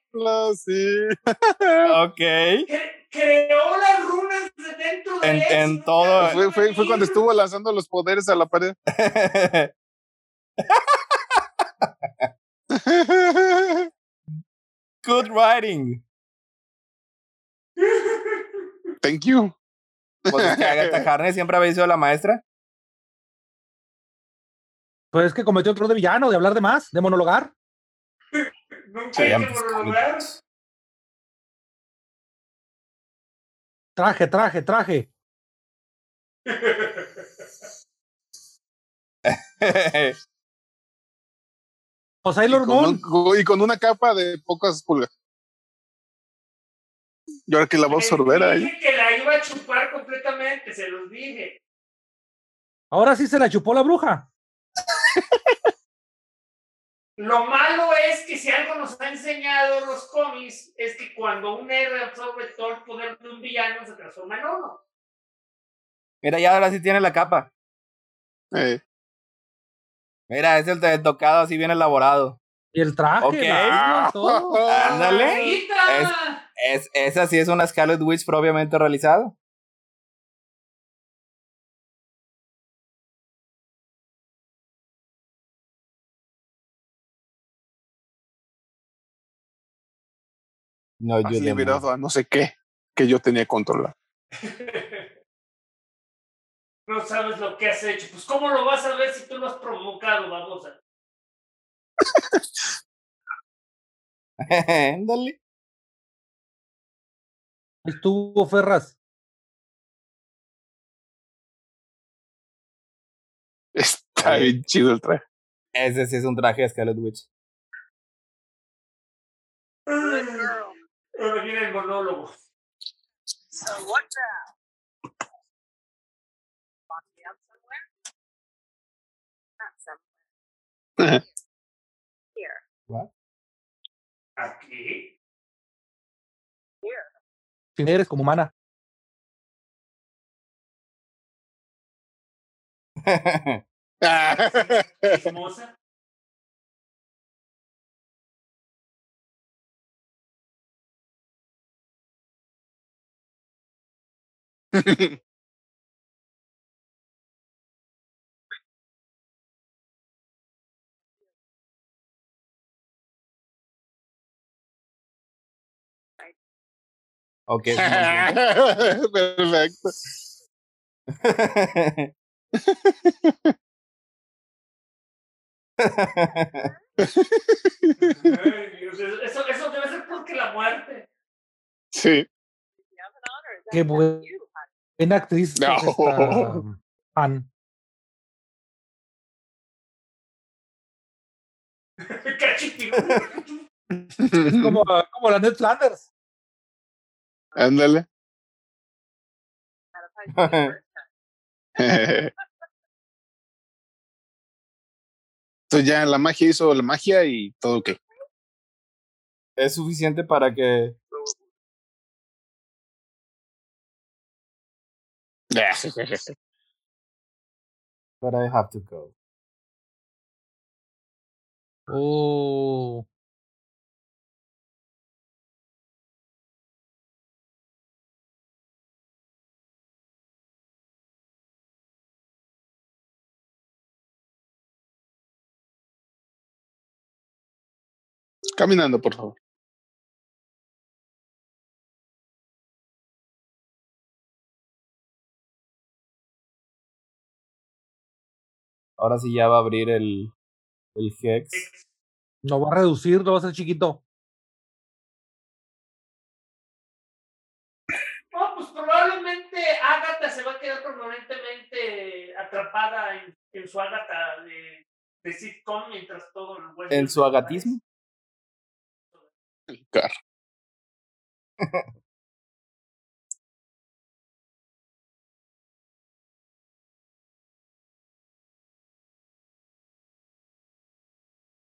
Speaker 5: Sí.
Speaker 2: Ok.
Speaker 4: que creó las runas de dentro de
Speaker 2: En-
Speaker 4: él,
Speaker 2: en
Speaker 4: sin
Speaker 2: todo-
Speaker 4: nunca
Speaker 5: Fue, fue, fue cuando
Speaker 4: venir.
Speaker 5: estuvo lanzando los poderes a la pared.
Speaker 2: Good writing.
Speaker 5: Thank you.
Speaker 2: Pues es que Agatha Harness siempre había sido la maestra.
Speaker 6: Pues es que cometió otro de villano, de hablar de más, de monologar.
Speaker 4: Nunca
Speaker 2: Se llama
Speaker 4: llegó a
Speaker 2: Scarlet
Speaker 4: lugar.
Speaker 2: Witch.
Speaker 6: Traje, traje, traje. O Sailor
Speaker 5: Y con, un-
Speaker 6: Moon.
Speaker 5: co- y con una capa de pocas pulgas. Y ahora que la ¿eh? va a absorber
Speaker 4: Les
Speaker 5: ahí.
Speaker 4: dije que la iba a chupar completamente, se los dije.
Speaker 6: Ahora sí se la chupó la bruja.
Speaker 4: Lo malo es que si algo nos ha enseñado los cómics es que cuando un héroe absorbe todo el poder de un villano se transforma en oro.
Speaker 2: Mira, ya ahora sí tiene la capa.
Speaker 5: Eh,
Speaker 2: Mira, es el de- tocado así bien elaborado.
Speaker 6: Y el traje,
Speaker 2: Ok.
Speaker 5: Ah.
Speaker 6: la arma, todo.
Speaker 2: Ándale.
Speaker 4: ¡Maldita!
Speaker 2: Es, esa sí es una Scarlet Witch propiamente realizada. No, yo
Speaker 5: así
Speaker 2: de-
Speaker 5: liberado a no sé qué que yo tenía controlado.
Speaker 4: No sabes lo que has hecho. Pues, ¿cómo lo vas a ver si tú lo has provocado, babosa?
Speaker 2: Ándale.
Speaker 6: Ahí estuvo Ferras.
Speaker 5: Está bien chido el traje.
Speaker 2: Ese sí es un traje de Scarlet Witch.
Speaker 9: Good girl.
Speaker 4: Ahora viene el monólogo.
Speaker 9: So what now? Lock me up somewhere? Not somewhere. Here.
Speaker 4: Aquí.
Speaker 6: Si eres como humana.
Speaker 4: Hermosa.
Speaker 2: Ok. sí me
Speaker 5: Perfecto.
Speaker 2: entiendo.
Speaker 4: Ay, Dios, Eso, eso debe ser porque la muerte.
Speaker 5: Sí.
Speaker 9: You have an honor. Is
Speaker 6: Qué
Speaker 9: that
Speaker 6: bu-
Speaker 9: you, honey?
Speaker 6: buena actriz. es
Speaker 5: No.
Speaker 6: esta, Ann.
Speaker 4: Cachipirú.
Speaker 6: Es como, como la Ned Flanders.
Speaker 5: Ándale.
Speaker 9: Not if I see you first time.
Speaker 5: Entonces ya la magia hizo la magia y todo ok.
Speaker 2: es suficiente para que.
Speaker 5: Ah,
Speaker 2: But I have to go.
Speaker 6: Oh.
Speaker 5: Caminando, por favor.
Speaker 2: Ahora sí ya va a abrir el, el Hex.
Speaker 6: Lo va a reducir, lo va a hacer chiquito.
Speaker 4: No, pues probablemente Agatha se va a quedar permanentemente atrapada en, en su Agatha de, de sitcom mientras todo el güey-
Speaker 2: ¿En su agatismo?
Speaker 5: El carro.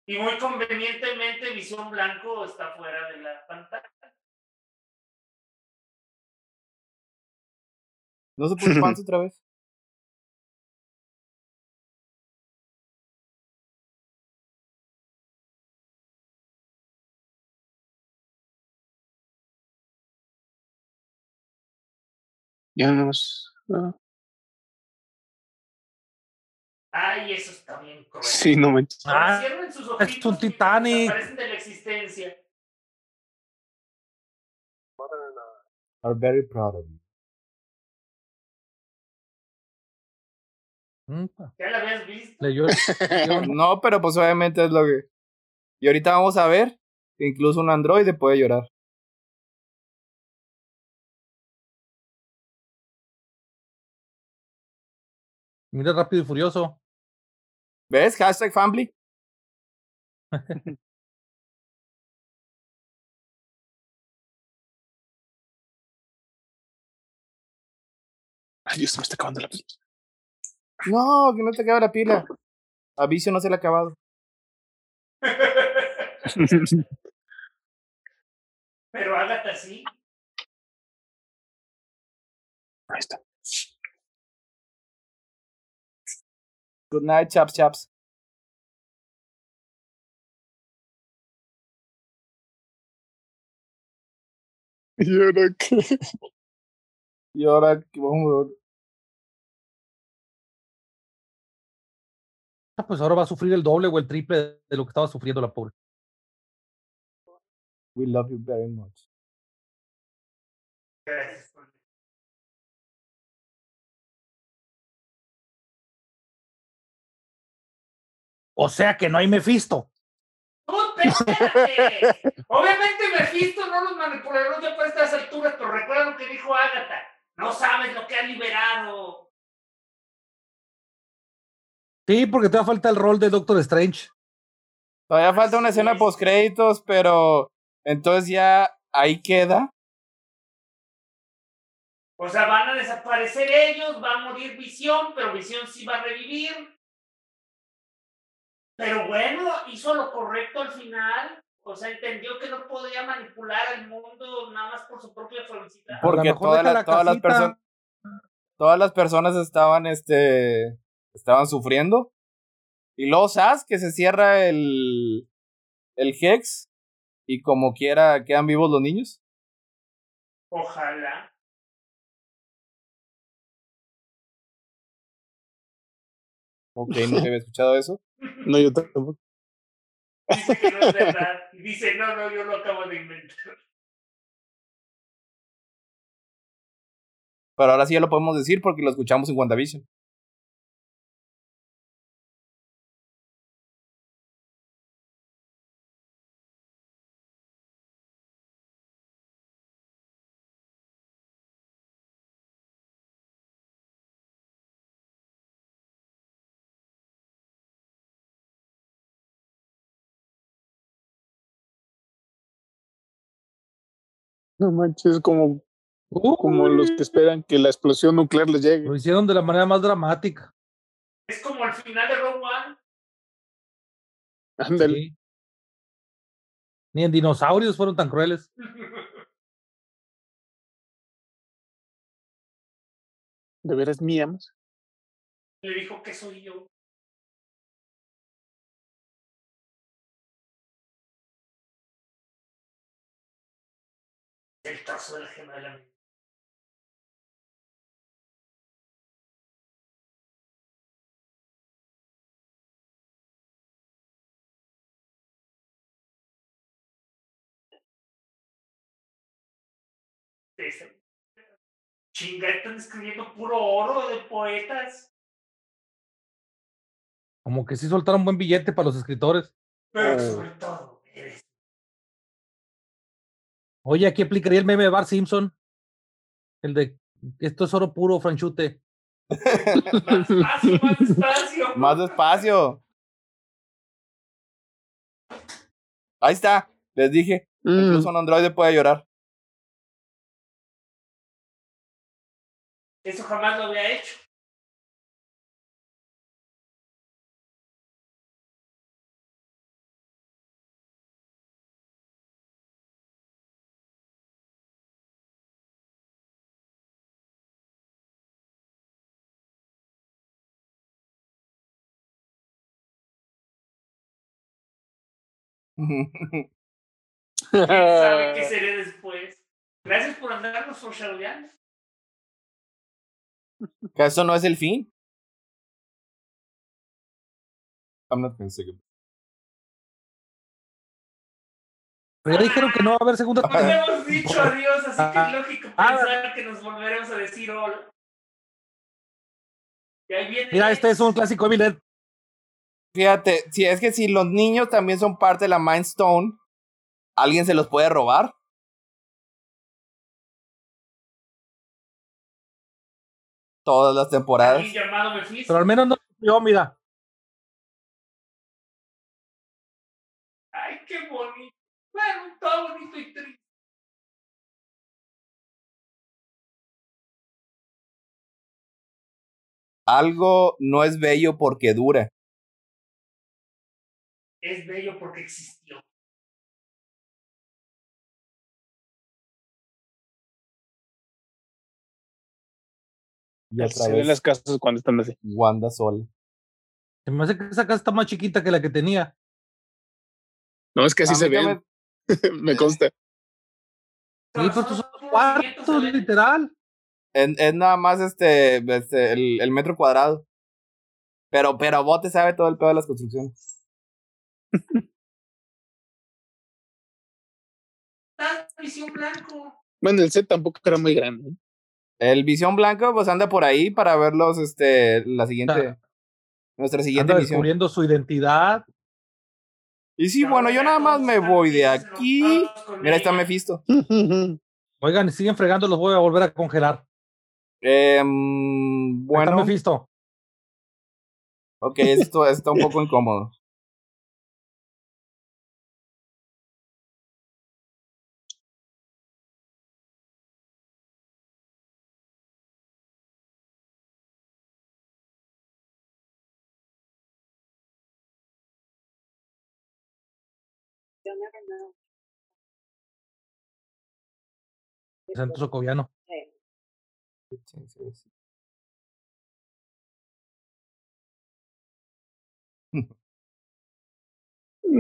Speaker 4: Y muy convenientemente Visión Blanco está fuera de la pantalla.
Speaker 2: ¿No se puso panza otra vez?
Speaker 5: Ya nos. ah,
Speaker 4: Ay, eso está bien cruel.
Speaker 5: Sí, no me.
Speaker 4: Ahora
Speaker 6: Ah,
Speaker 4: cierren sus
Speaker 6: es
Speaker 4: ojitos
Speaker 6: un
Speaker 4: y
Speaker 6: Titanic.
Speaker 4: desaparecen de la existencia.
Speaker 2: Are very proud of you.
Speaker 6: mm,
Speaker 4: Ya la habías visto.
Speaker 6: leyó el-
Speaker 2: No, pero pues obviamente es lo que. Y ahorita vamos a ver que incluso un androide puede llorar.
Speaker 6: Mira rápido y furioso.
Speaker 2: ¿Ves? Hashtag family.
Speaker 5: Ay, Dios, se me está acabando la pila.
Speaker 2: No, que no te queda la pila. Aviso no se le ha acabado.
Speaker 4: Pero Agatha sí.
Speaker 3: Ahí está.
Speaker 2: Good night, chaps, chaps.
Speaker 5: ¿Y ahora qué?
Speaker 2: Y ahora que vamos a ver.
Speaker 6: Ah, Pues ahora va a sufrir el doble o el triple de lo que estaba sufriendo la pobre.
Speaker 2: We love you very much.
Speaker 4: Gracias por
Speaker 6: O sea que no hay Mephisto.
Speaker 4: ¡No, espérate! Obviamente Mephisto no los manipuladores ya por estas alturas, pero recuerda lo que dijo Agatha. No sabes lo que ha liberado.
Speaker 6: Sí, porque te va a falta el rol de Doctor Strange.
Speaker 2: Todavía falta una escena
Speaker 4: es.
Speaker 2: post créditos, pero entonces ya ahí queda.
Speaker 4: O sea, van a desaparecer ellos, va a morir Visión, pero Visión sí va a revivir. Pero bueno, hizo lo correcto al final. O sea, entendió que no podía manipular al mundo nada más por su propia felicidad.
Speaker 6: Por-
Speaker 2: Porque
Speaker 6: mejor
Speaker 2: todas las,
Speaker 6: deja la
Speaker 2: todas las
Speaker 6: casita.
Speaker 2: personas todas las personas estaban este estaban sufriendo. Y luego Sas que se cierra el el Hex y como quiera quedan vivos los niños.
Speaker 4: Ojalá.
Speaker 2: Ok, nunca había escuchado eso.
Speaker 5: No, yo tampoco.
Speaker 4: Dice que no es verdad. Y dice, no, no, yo lo acabo de inventar.
Speaker 2: Pero ahora sí ya lo podemos decir porque lo escuchamos en WandaVision.
Speaker 5: No manches, como, Uh, como los que esperan que la explosión nuclear les llegue.
Speaker 6: Lo hicieron de la manera más dramática.
Speaker 4: Es como el final de Rogue One.
Speaker 5: Ándale.
Speaker 6: Sí. Ni en dinosaurios fueron tan crueles.
Speaker 5: ¿De veras me amas?
Speaker 4: Le dijo que soy yo. El torso de la gema de la mente. Esa- Este, Chinga, están escribiendo puro oro de poetas.
Speaker 6: Como que sí soltaron buen billete para los escritores.
Speaker 4: Pero
Speaker 2: Eh.
Speaker 5: Oh.
Speaker 4: sobre todo, eres
Speaker 6: Oye, aquí aplicaría el meme de Bart Simpson. El de esto es oro puro, franchute.
Speaker 4: más fácil, más despacio.
Speaker 2: Más despacio. Ahí está. Les dije.
Speaker 5: Mm,
Speaker 2: Incluso un androide puede llorar.
Speaker 4: Eso jamás lo había hecho.
Speaker 2: Eh.
Speaker 4: ¿Quién sabe qué seré después? Gracias por andarnos
Speaker 2: Eh.
Speaker 4: foreshadowing.
Speaker 2: Que eso no es el fin. I'm not gonna say goodbye.
Speaker 6: Pero ya dijeron que no va a haber segunda
Speaker 4: Nos
Speaker 6: temporada.
Speaker 4: hemos dicho adiós, así que es lógico
Speaker 6: Ah.
Speaker 4: pensar que nos volveremos a decir hola. Y ahí viene.
Speaker 6: Mira, este es un clásico Evilet.
Speaker 2: Fíjate, si es que si los niños también son parte de la Mind Stone, alguien se los puede robar. Todas las temporadas.
Speaker 4: alguien llamado Mephisto.
Speaker 6: Pero al menos no yo, mira.
Speaker 4: Ay, qué bonito. Bueno, todo bonito y triste.
Speaker 2: Algo no es bello porque dura.
Speaker 4: es bello porque existió.
Speaker 6: Y otra
Speaker 5: Se ven
Speaker 6: vez,
Speaker 5: las casas cuando están así.
Speaker 10: Wanda sola.
Speaker 6: Se me hace que esa casa está más chiquita que la que tenía.
Speaker 5: No, es que así
Speaker 2: A
Speaker 5: se
Speaker 2: mí
Speaker 5: ven. Me consta.
Speaker 2: pues,
Speaker 6: Sí, pero estos son cuartos, literal.
Speaker 2: Es, es nada más este, este, el, el metro cuadrado. Pero, pero Bote sabe todo el pedo de las construcciones.
Speaker 4: Tal visión blanco.
Speaker 5: Bueno, el set tampoco era muy grande. ¿eh?
Speaker 2: El Visión Blanco pues anda por ahí para verlos, este, la siguiente,
Speaker 6: Ah, Anda
Speaker 2: nuestra siguiente visión.
Speaker 6: descubriendo su identidad.
Speaker 2: Y sí, bueno, yo nada más me voy de aquí. Mira, ahí está Mephisto.
Speaker 5: ¿eh?
Speaker 6: Oigan, si siguen fregando, los voy a volver a congelar.
Speaker 2: Em,
Speaker 6: Ahí está
Speaker 2: bueno,
Speaker 6: Mephisto.
Speaker 2: ok, esto está un poco incómodo.
Speaker 9: You'll never know.
Speaker 6: Santo Socoviano.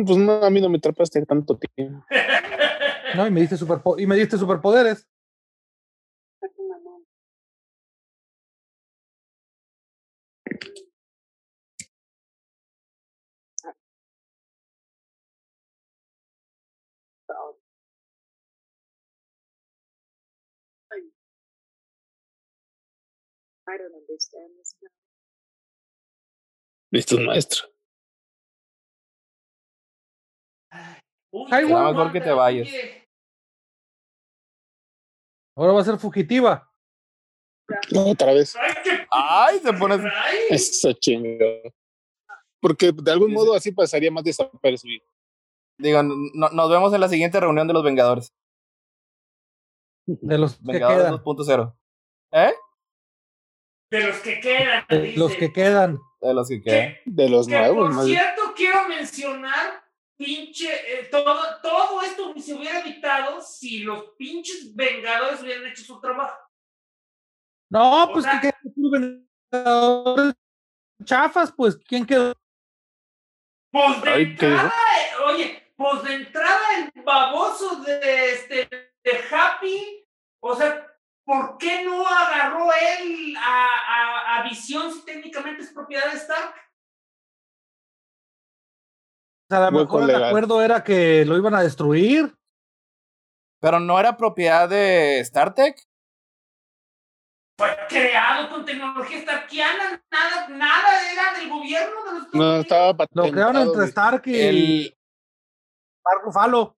Speaker 5: Pues no, a mí no me atrapaste tanto tiempo.
Speaker 6: No, y me diste superpo- y me diste superpoderes.
Speaker 9: Fucking my mom. I don't understand this.
Speaker 5: Listo, maestro.
Speaker 6: Ay,
Speaker 4: güey,
Speaker 2: mejor que te vayas.
Speaker 4: oye,
Speaker 6: Ahora va a ser fugitiva.
Speaker 5: Otra vez.
Speaker 4: ay, qué-
Speaker 2: Ay, se pone.
Speaker 4: ay,
Speaker 5: Eso chingo. Porque de algún modo así pasaría más desapercibido.
Speaker 2: Digo, no- nos vemos en la siguiente reunión de los Vengadores.
Speaker 6: De los que
Speaker 2: Vengadores
Speaker 6: quedan.
Speaker 2: 2.0. ¿Eh?
Speaker 4: De los que quedan.
Speaker 6: De los
Speaker 4: dice.
Speaker 6: que quedan.
Speaker 2: De los que quedan.
Speaker 4: Que,
Speaker 5: De los
Speaker 4: que
Speaker 5: nuevos,
Speaker 4: por
Speaker 5: más bien.
Speaker 4: cierto, quiero mencionar, pinche, eh, todo, todo esto se hubiera evitado si los pinches vengadores hubieran hecho su trabajo.
Speaker 6: No,
Speaker 4: O
Speaker 6: pues
Speaker 4: sea-
Speaker 6: que que puros vendedores chafas, pues quién quedó.
Speaker 4: Pues de
Speaker 5: Ay, ¿qué dijo?
Speaker 4: entrada, eh, oye, pues de entrada el baboso de este de Happy, o sea, ¿por qué no agarró él a, a, a Visión si técnicamente es propiedad de Stark?
Speaker 6: O sea, a lo
Speaker 5: Hueco
Speaker 6: mejor el
Speaker 5: legal.
Speaker 6: acuerdo era que lo iban a destruir.
Speaker 2: Pero no era propiedad de StarTech.
Speaker 4: Fue creado con tecnología starkiana, nada, nada era del gobierno de los Estados
Speaker 5: No,
Speaker 4: Unidos.
Speaker 5: estaba
Speaker 6: Lo
Speaker 5: patentado.
Speaker 6: crearon entre
Speaker 5: güey.
Speaker 6: Stark y
Speaker 2: El-
Speaker 6: Mark Ruffalo.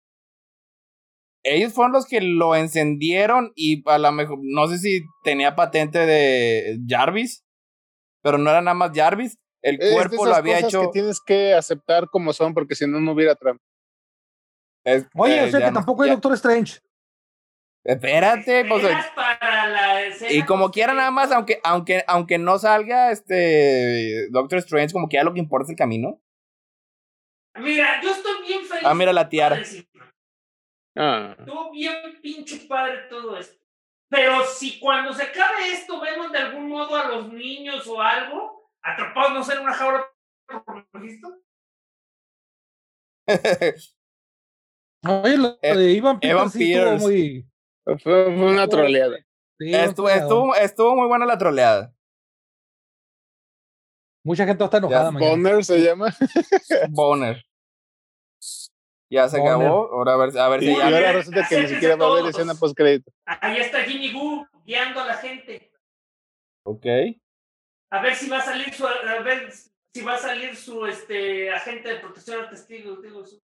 Speaker 2: ellos fueron los que lo encendieron y a lo mejor, no sé si tenía patente de Jarvis, pero no era nada más Jarvis. El
Speaker 5: Es de
Speaker 2: cuerpo lo
Speaker 5: esas
Speaker 2: había
Speaker 5: cosas
Speaker 2: hecho.
Speaker 5: que tienes que aceptar como son, porque si no, no hubiera trampa.
Speaker 2: este,
Speaker 6: Oye, o sea
Speaker 2: ya
Speaker 6: que
Speaker 2: no-
Speaker 6: tampoco hay
Speaker 2: ya-
Speaker 6: Doctor Strange.
Speaker 2: Espérate, pues,
Speaker 4: Esperas para la escena
Speaker 2: y como
Speaker 4: post-
Speaker 2: quiera nada más, aunque, aunque, aunque no salga este Doctor Strange, como que ya lo que importa es el camino.
Speaker 4: Mira, yo estoy bien feliz.
Speaker 2: Ah, mira la tiara.
Speaker 5: Ah.
Speaker 4: Estuvo bien pinche padre todo esto. Pero si cuando se acabe esto vemos de algún modo a los niños o algo, atrapados no sé, en una jaula por Mephisto,
Speaker 6: Oye, lo
Speaker 2: Eh,
Speaker 6: de Ivan Peters
Speaker 2: Evan
Speaker 6: sí estuvo
Speaker 2: Peters.
Speaker 6: muy.
Speaker 5: Fue, fue una troleada.
Speaker 6: sí,
Speaker 2: estuvo,
Speaker 6: fue-
Speaker 2: estuvo, estuvo muy buena la troleada.
Speaker 6: Mucha gente va a estar enojada
Speaker 2: Ya,
Speaker 6: mañana.
Speaker 5: Bonner se llama.
Speaker 2: Boner. Ya se
Speaker 6: Boner.
Speaker 2: acabó. Ahora a ver, a ver
Speaker 5: Y,
Speaker 2: si
Speaker 5: y
Speaker 2: ya.
Speaker 5: ahora resulta que ni siquiera va a haber escena post crédito.
Speaker 4: ahí está Jimmy Woo guiando a la gente.
Speaker 2: Ok.
Speaker 4: A ver si va a salir su, a ver si va a salir su este agente de protección a testigos, digo, su-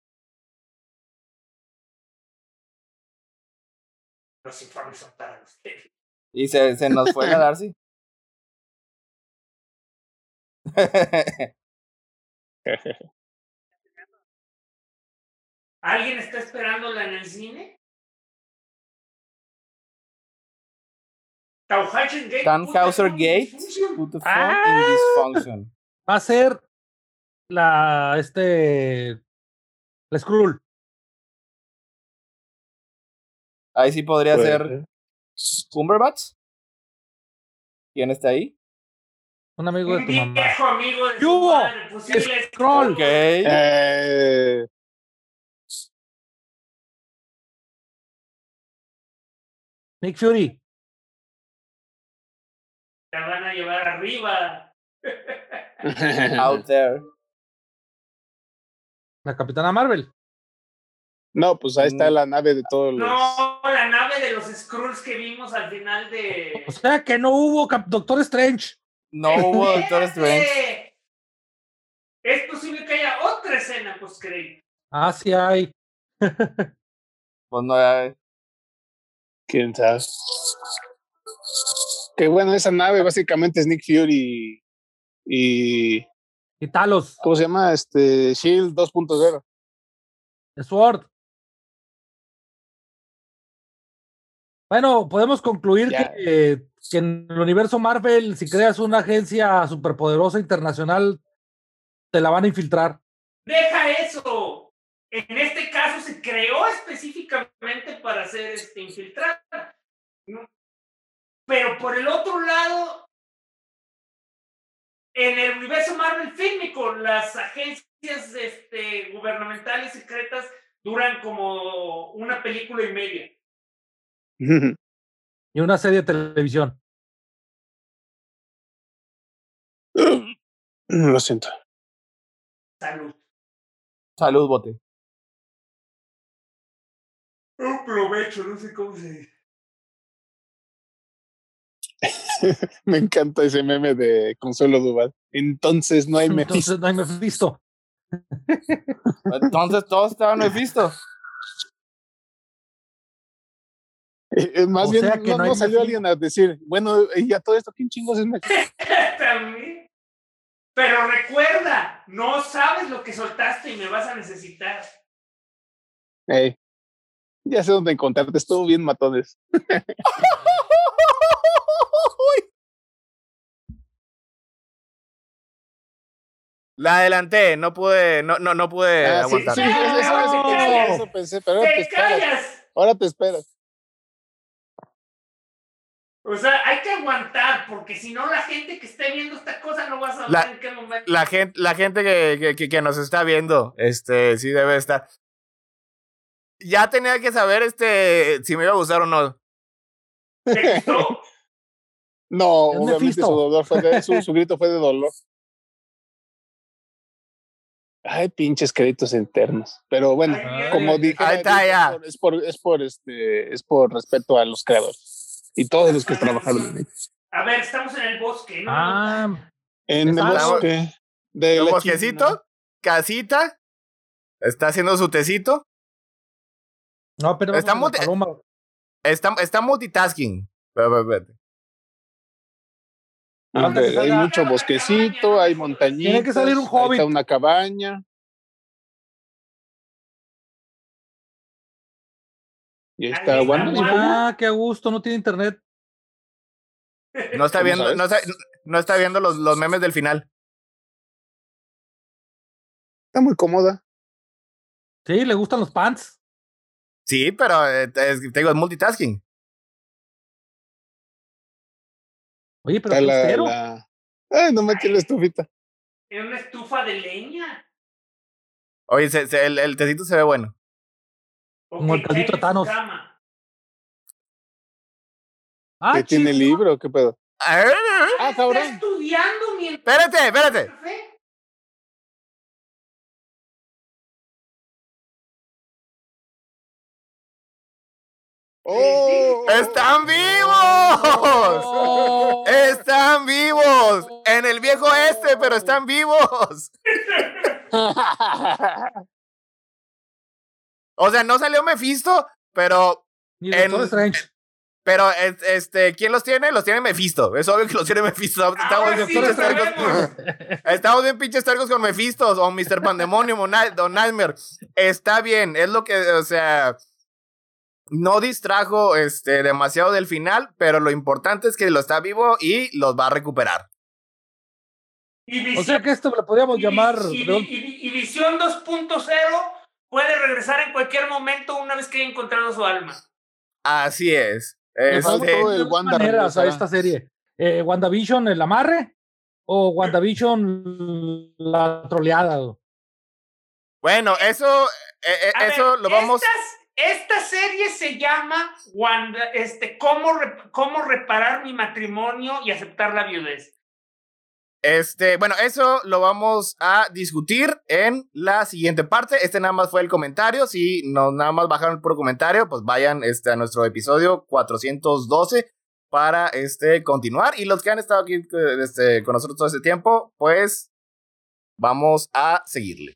Speaker 4: Los informes son para ustedes.
Speaker 2: Y se, se nos fue la Darcy.
Speaker 4: ¿Alguien está esperándola en el cine? Tauhausen Gate.
Speaker 2: Tannhauser
Speaker 4: puta,
Speaker 2: Gate.
Speaker 4: función.
Speaker 2: Put the fuck in
Speaker 6: Ah.
Speaker 2: this function.
Speaker 6: Va a ser la este El Skrull.
Speaker 2: Ahí sí podría
Speaker 5: Puede
Speaker 2: ser Cumberbatch. ¿Quién está ahí?
Speaker 6: Un amigo de
Speaker 4: Un
Speaker 6: tu mamá.
Speaker 4: viejo amigo de
Speaker 6: ¿Qué
Speaker 4: su
Speaker 6: hubo?
Speaker 4: madre, posible
Speaker 6: Scroll.
Speaker 4: escroll.
Speaker 2: Ok.
Speaker 5: Eh,
Speaker 6: Nick Fury.
Speaker 4: La van a llevar arriba.
Speaker 2: Out there.
Speaker 6: La Capitana Marvel.
Speaker 5: no, pues ahí está la nave de todos los.
Speaker 4: No, la nave de los Skrulls que vimos al final de.
Speaker 6: O sea que no hubo Cap- Doctor Strange.
Speaker 2: No hubo Doctor Strange.
Speaker 4: Espérate. este. Es posible que haya otra escena post crédito.
Speaker 6: Ah, sí hay.
Speaker 2: Pues no, eh,
Speaker 5: ¿Quién sabe? Que bueno, esa nave básicamente es Nick Fury y. y-
Speaker 6: Y Talos.
Speaker 5: ¿Cómo se llama? Este. Shield 2.0.
Speaker 6: The Sword. Bueno, podemos concluir
Speaker 5: Ya.
Speaker 6: que, que en el universo Marvel, si creas una agencia superpoderosa internacional, te la van a infiltrar.
Speaker 4: Deja eso. En este caso se creó específicamente para ser este, infiltrada. ¿no? Pero por el otro lado, en el universo Marvel fílmico, las agencias este, gubernamentales secretas duran como una película y media.
Speaker 6: Y una serie de televisión.
Speaker 5: Lo siento.
Speaker 4: Salud.
Speaker 2: salud, bote.
Speaker 4: Un provecho, no sé cómo se dice.
Speaker 5: Me encanta ese meme de Consuelo Duval. Entonces no hay memes.
Speaker 6: Entonces no hay visto.
Speaker 2: Entonces todos estaban visto.
Speaker 5: Más
Speaker 6: O
Speaker 5: bien,
Speaker 6: sea que
Speaker 5: no,
Speaker 6: no hay
Speaker 5: no salió
Speaker 6: Mephisto.
Speaker 5: alguien a decir, bueno, y a todo esto, ¿quién chingos es Mephisto?
Speaker 4: También. Pero recuerda, no sabes lo que soltaste y me vas a necesitar.
Speaker 5: Ey, ya sé dónde encontrarte, estuvo bien matones.
Speaker 2: La adelanté, no pude, no, no, no pude
Speaker 5: Ah, sí,
Speaker 2: aguantar.
Speaker 5: sí, eso, eso- eso
Speaker 4: ¡No!
Speaker 5: pensé, eso pensé, pero ahora te
Speaker 4: ¡Te
Speaker 5: esperas.
Speaker 4: callas!
Speaker 5: Ahora te esperas.
Speaker 4: O sea, hay que aguantar, porque si no, la gente que esté viendo esta cosa no va a saber
Speaker 2: La-
Speaker 4: en qué momento.
Speaker 2: La gente, la gente que, que- que- que nos está viendo, este, sí debe estar. Ya tenía que saber, este, si me iba a gustar o no.
Speaker 4: ¿Te gustó?
Speaker 5: No,
Speaker 6: Es
Speaker 5: obviamente
Speaker 6: Mephisto.
Speaker 5: su dolor fue de, su, su grito fue de dolor. Ay, pinches créditos internos. Pero bueno,
Speaker 4: Ay,
Speaker 5: como
Speaker 6: ay,
Speaker 5: dije,
Speaker 2: ahí está, ya.
Speaker 5: es por, es por este, es por respeto a los creadores y todos los que trabajaron en ello.
Speaker 4: A ver, estamos en el bosque, ¿no?
Speaker 6: Ah,
Speaker 5: En el
Speaker 2: Exacto.
Speaker 5: bosque de
Speaker 2: Un
Speaker 5: la
Speaker 2: bosquecito,
Speaker 5: China.
Speaker 2: casita, está haciendo su tecito,
Speaker 6: no, pero
Speaker 2: Está
Speaker 6: vamos a la
Speaker 2: mute-
Speaker 6: paloma.
Speaker 2: está, está multitasking. Pero, pero, pero,
Speaker 5: A
Speaker 6: Falta que
Speaker 5: ver, hay
Speaker 6: salga-
Speaker 5: mucho bosquecito, hay montañitas.
Speaker 6: Tiene que salir un
Speaker 5: ahí
Speaker 6: hobbit.
Speaker 5: Está una cabaña. Y ahí está
Speaker 4: Ahí
Speaker 5: Wanda.
Speaker 4: está Wanda.
Speaker 6: Ah, qué gusto, no tiene internet.
Speaker 2: No está
Speaker 5: ¿Cómo
Speaker 2: viendo,
Speaker 5: sabes?
Speaker 2: no está, no está viendo los, los memes del final.
Speaker 5: Está muy cómoda.
Speaker 6: Sí, le gustan los pants.
Speaker 2: Sí, pero eh, es, te digo, es multitasking.
Speaker 6: Oye, pero
Speaker 5: Está
Speaker 6: qué
Speaker 5: la,
Speaker 6: austero.
Speaker 5: la- Ay, no manches la estufita.
Speaker 4: En una estufa de leña.
Speaker 2: Oye, se- se- el, el tecito se ve bueno.
Speaker 4: ¿O
Speaker 6: Como
Speaker 4: que
Speaker 6: el caldito
Speaker 4: cae en
Speaker 6: de Thanos.
Speaker 4: su cama?
Speaker 6: Ah,
Speaker 5: ¿Qué tiene
Speaker 6: chido.
Speaker 5: libro? ¿Qué pedo?
Speaker 2: A ver,
Speaker 5: Ah,
Speaker 4: Está
Speaker 5: cabrón.
Speaker 4: estudiando mientras. ¿eh?
Speaker 2: Espérate, espérate.
Speaker 4: café.
Speaker 5: ¡Oh!
Speaker 2: ¡Están vivos! ¡Están vivos! En el viejo este, pero están vivos. O sea, no salió Mephisto, pero,
Speaker 6: Ni Doctor
Speaker 2: en-
Speaker 6: Strange.
Speaker 2: pero es- este, ¿quién los tiene? Los tiene Mephisto. Es obvio que los tiene Mephisto. Estamos
Speaker 4: Ahora
Speaker 2: bien
Speaker 4: Ah, sí
Speaker 6: Doctor
Speaker 2: pinches
Speaker 6: Strange.
Speaker 2: tercos.
Speaker 4: sabemos.
Speaker 2: Estamos bien pinches tercos con Mephisto o Mr. Pandemonium o Night- o Nightmare. Está bien, es lo que, o sea, no distrajo este, demasiado del final, pero lo importante es que lo está vivo y los va a recuperar.
Speaker 4: Y
Speaker 6: O sea
Speaker 4: visión-
Speaker 6: que esto lo podríamos
Speaker 4: y-
Speaker 2: este,
Speaker 6: llamar.
Speaker 4: y-
Speaker 6: de un-
Speaker 4: y- y- y visión 2.0 puede regresar en cualquier momento una vez que haya encontrado su alma.
Speaker 2: Así es.
Speaker 6: Me
Speaker 2: Este,
Speaker 6: faltó de
Speaker 5: el
Speaker 6: dos
Speaker 5: Wanda
Speaker 6: maneras a
Speaker 5: regresará.
Speaker 6: esta serie. Eh, WandaVision, el amarre, o WandaVision, la troleada. güey.
Speaker 2: bueno, eso, eh, eh,
Speaker 4: A
Speaker 2: eso
Speaker 4: ver,
Speaker 2: lo vamos.
Speaker 4: Estas, esta serie se llama Wanda, este, cómo, re- cómo reparar mi matrimonio y aceptar la viudez.
Speaker 2: Este, bueno, eso lo vamos a discutir en la siguiente parte. Este nada más fue el comentario. Si no, nada más bajaron el puro comentario, pues vayan este, a nuestro episodio 412 para este, continuar. Y los que han estado aquí eh, este, con nosotros todo este tiempo, pues vamos a seguirle.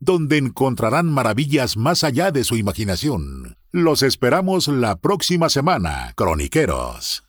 Speaker 1: donde encontrarán maravillas más allá de su imaginación. Los esperamos la próxima semana, croniqueros.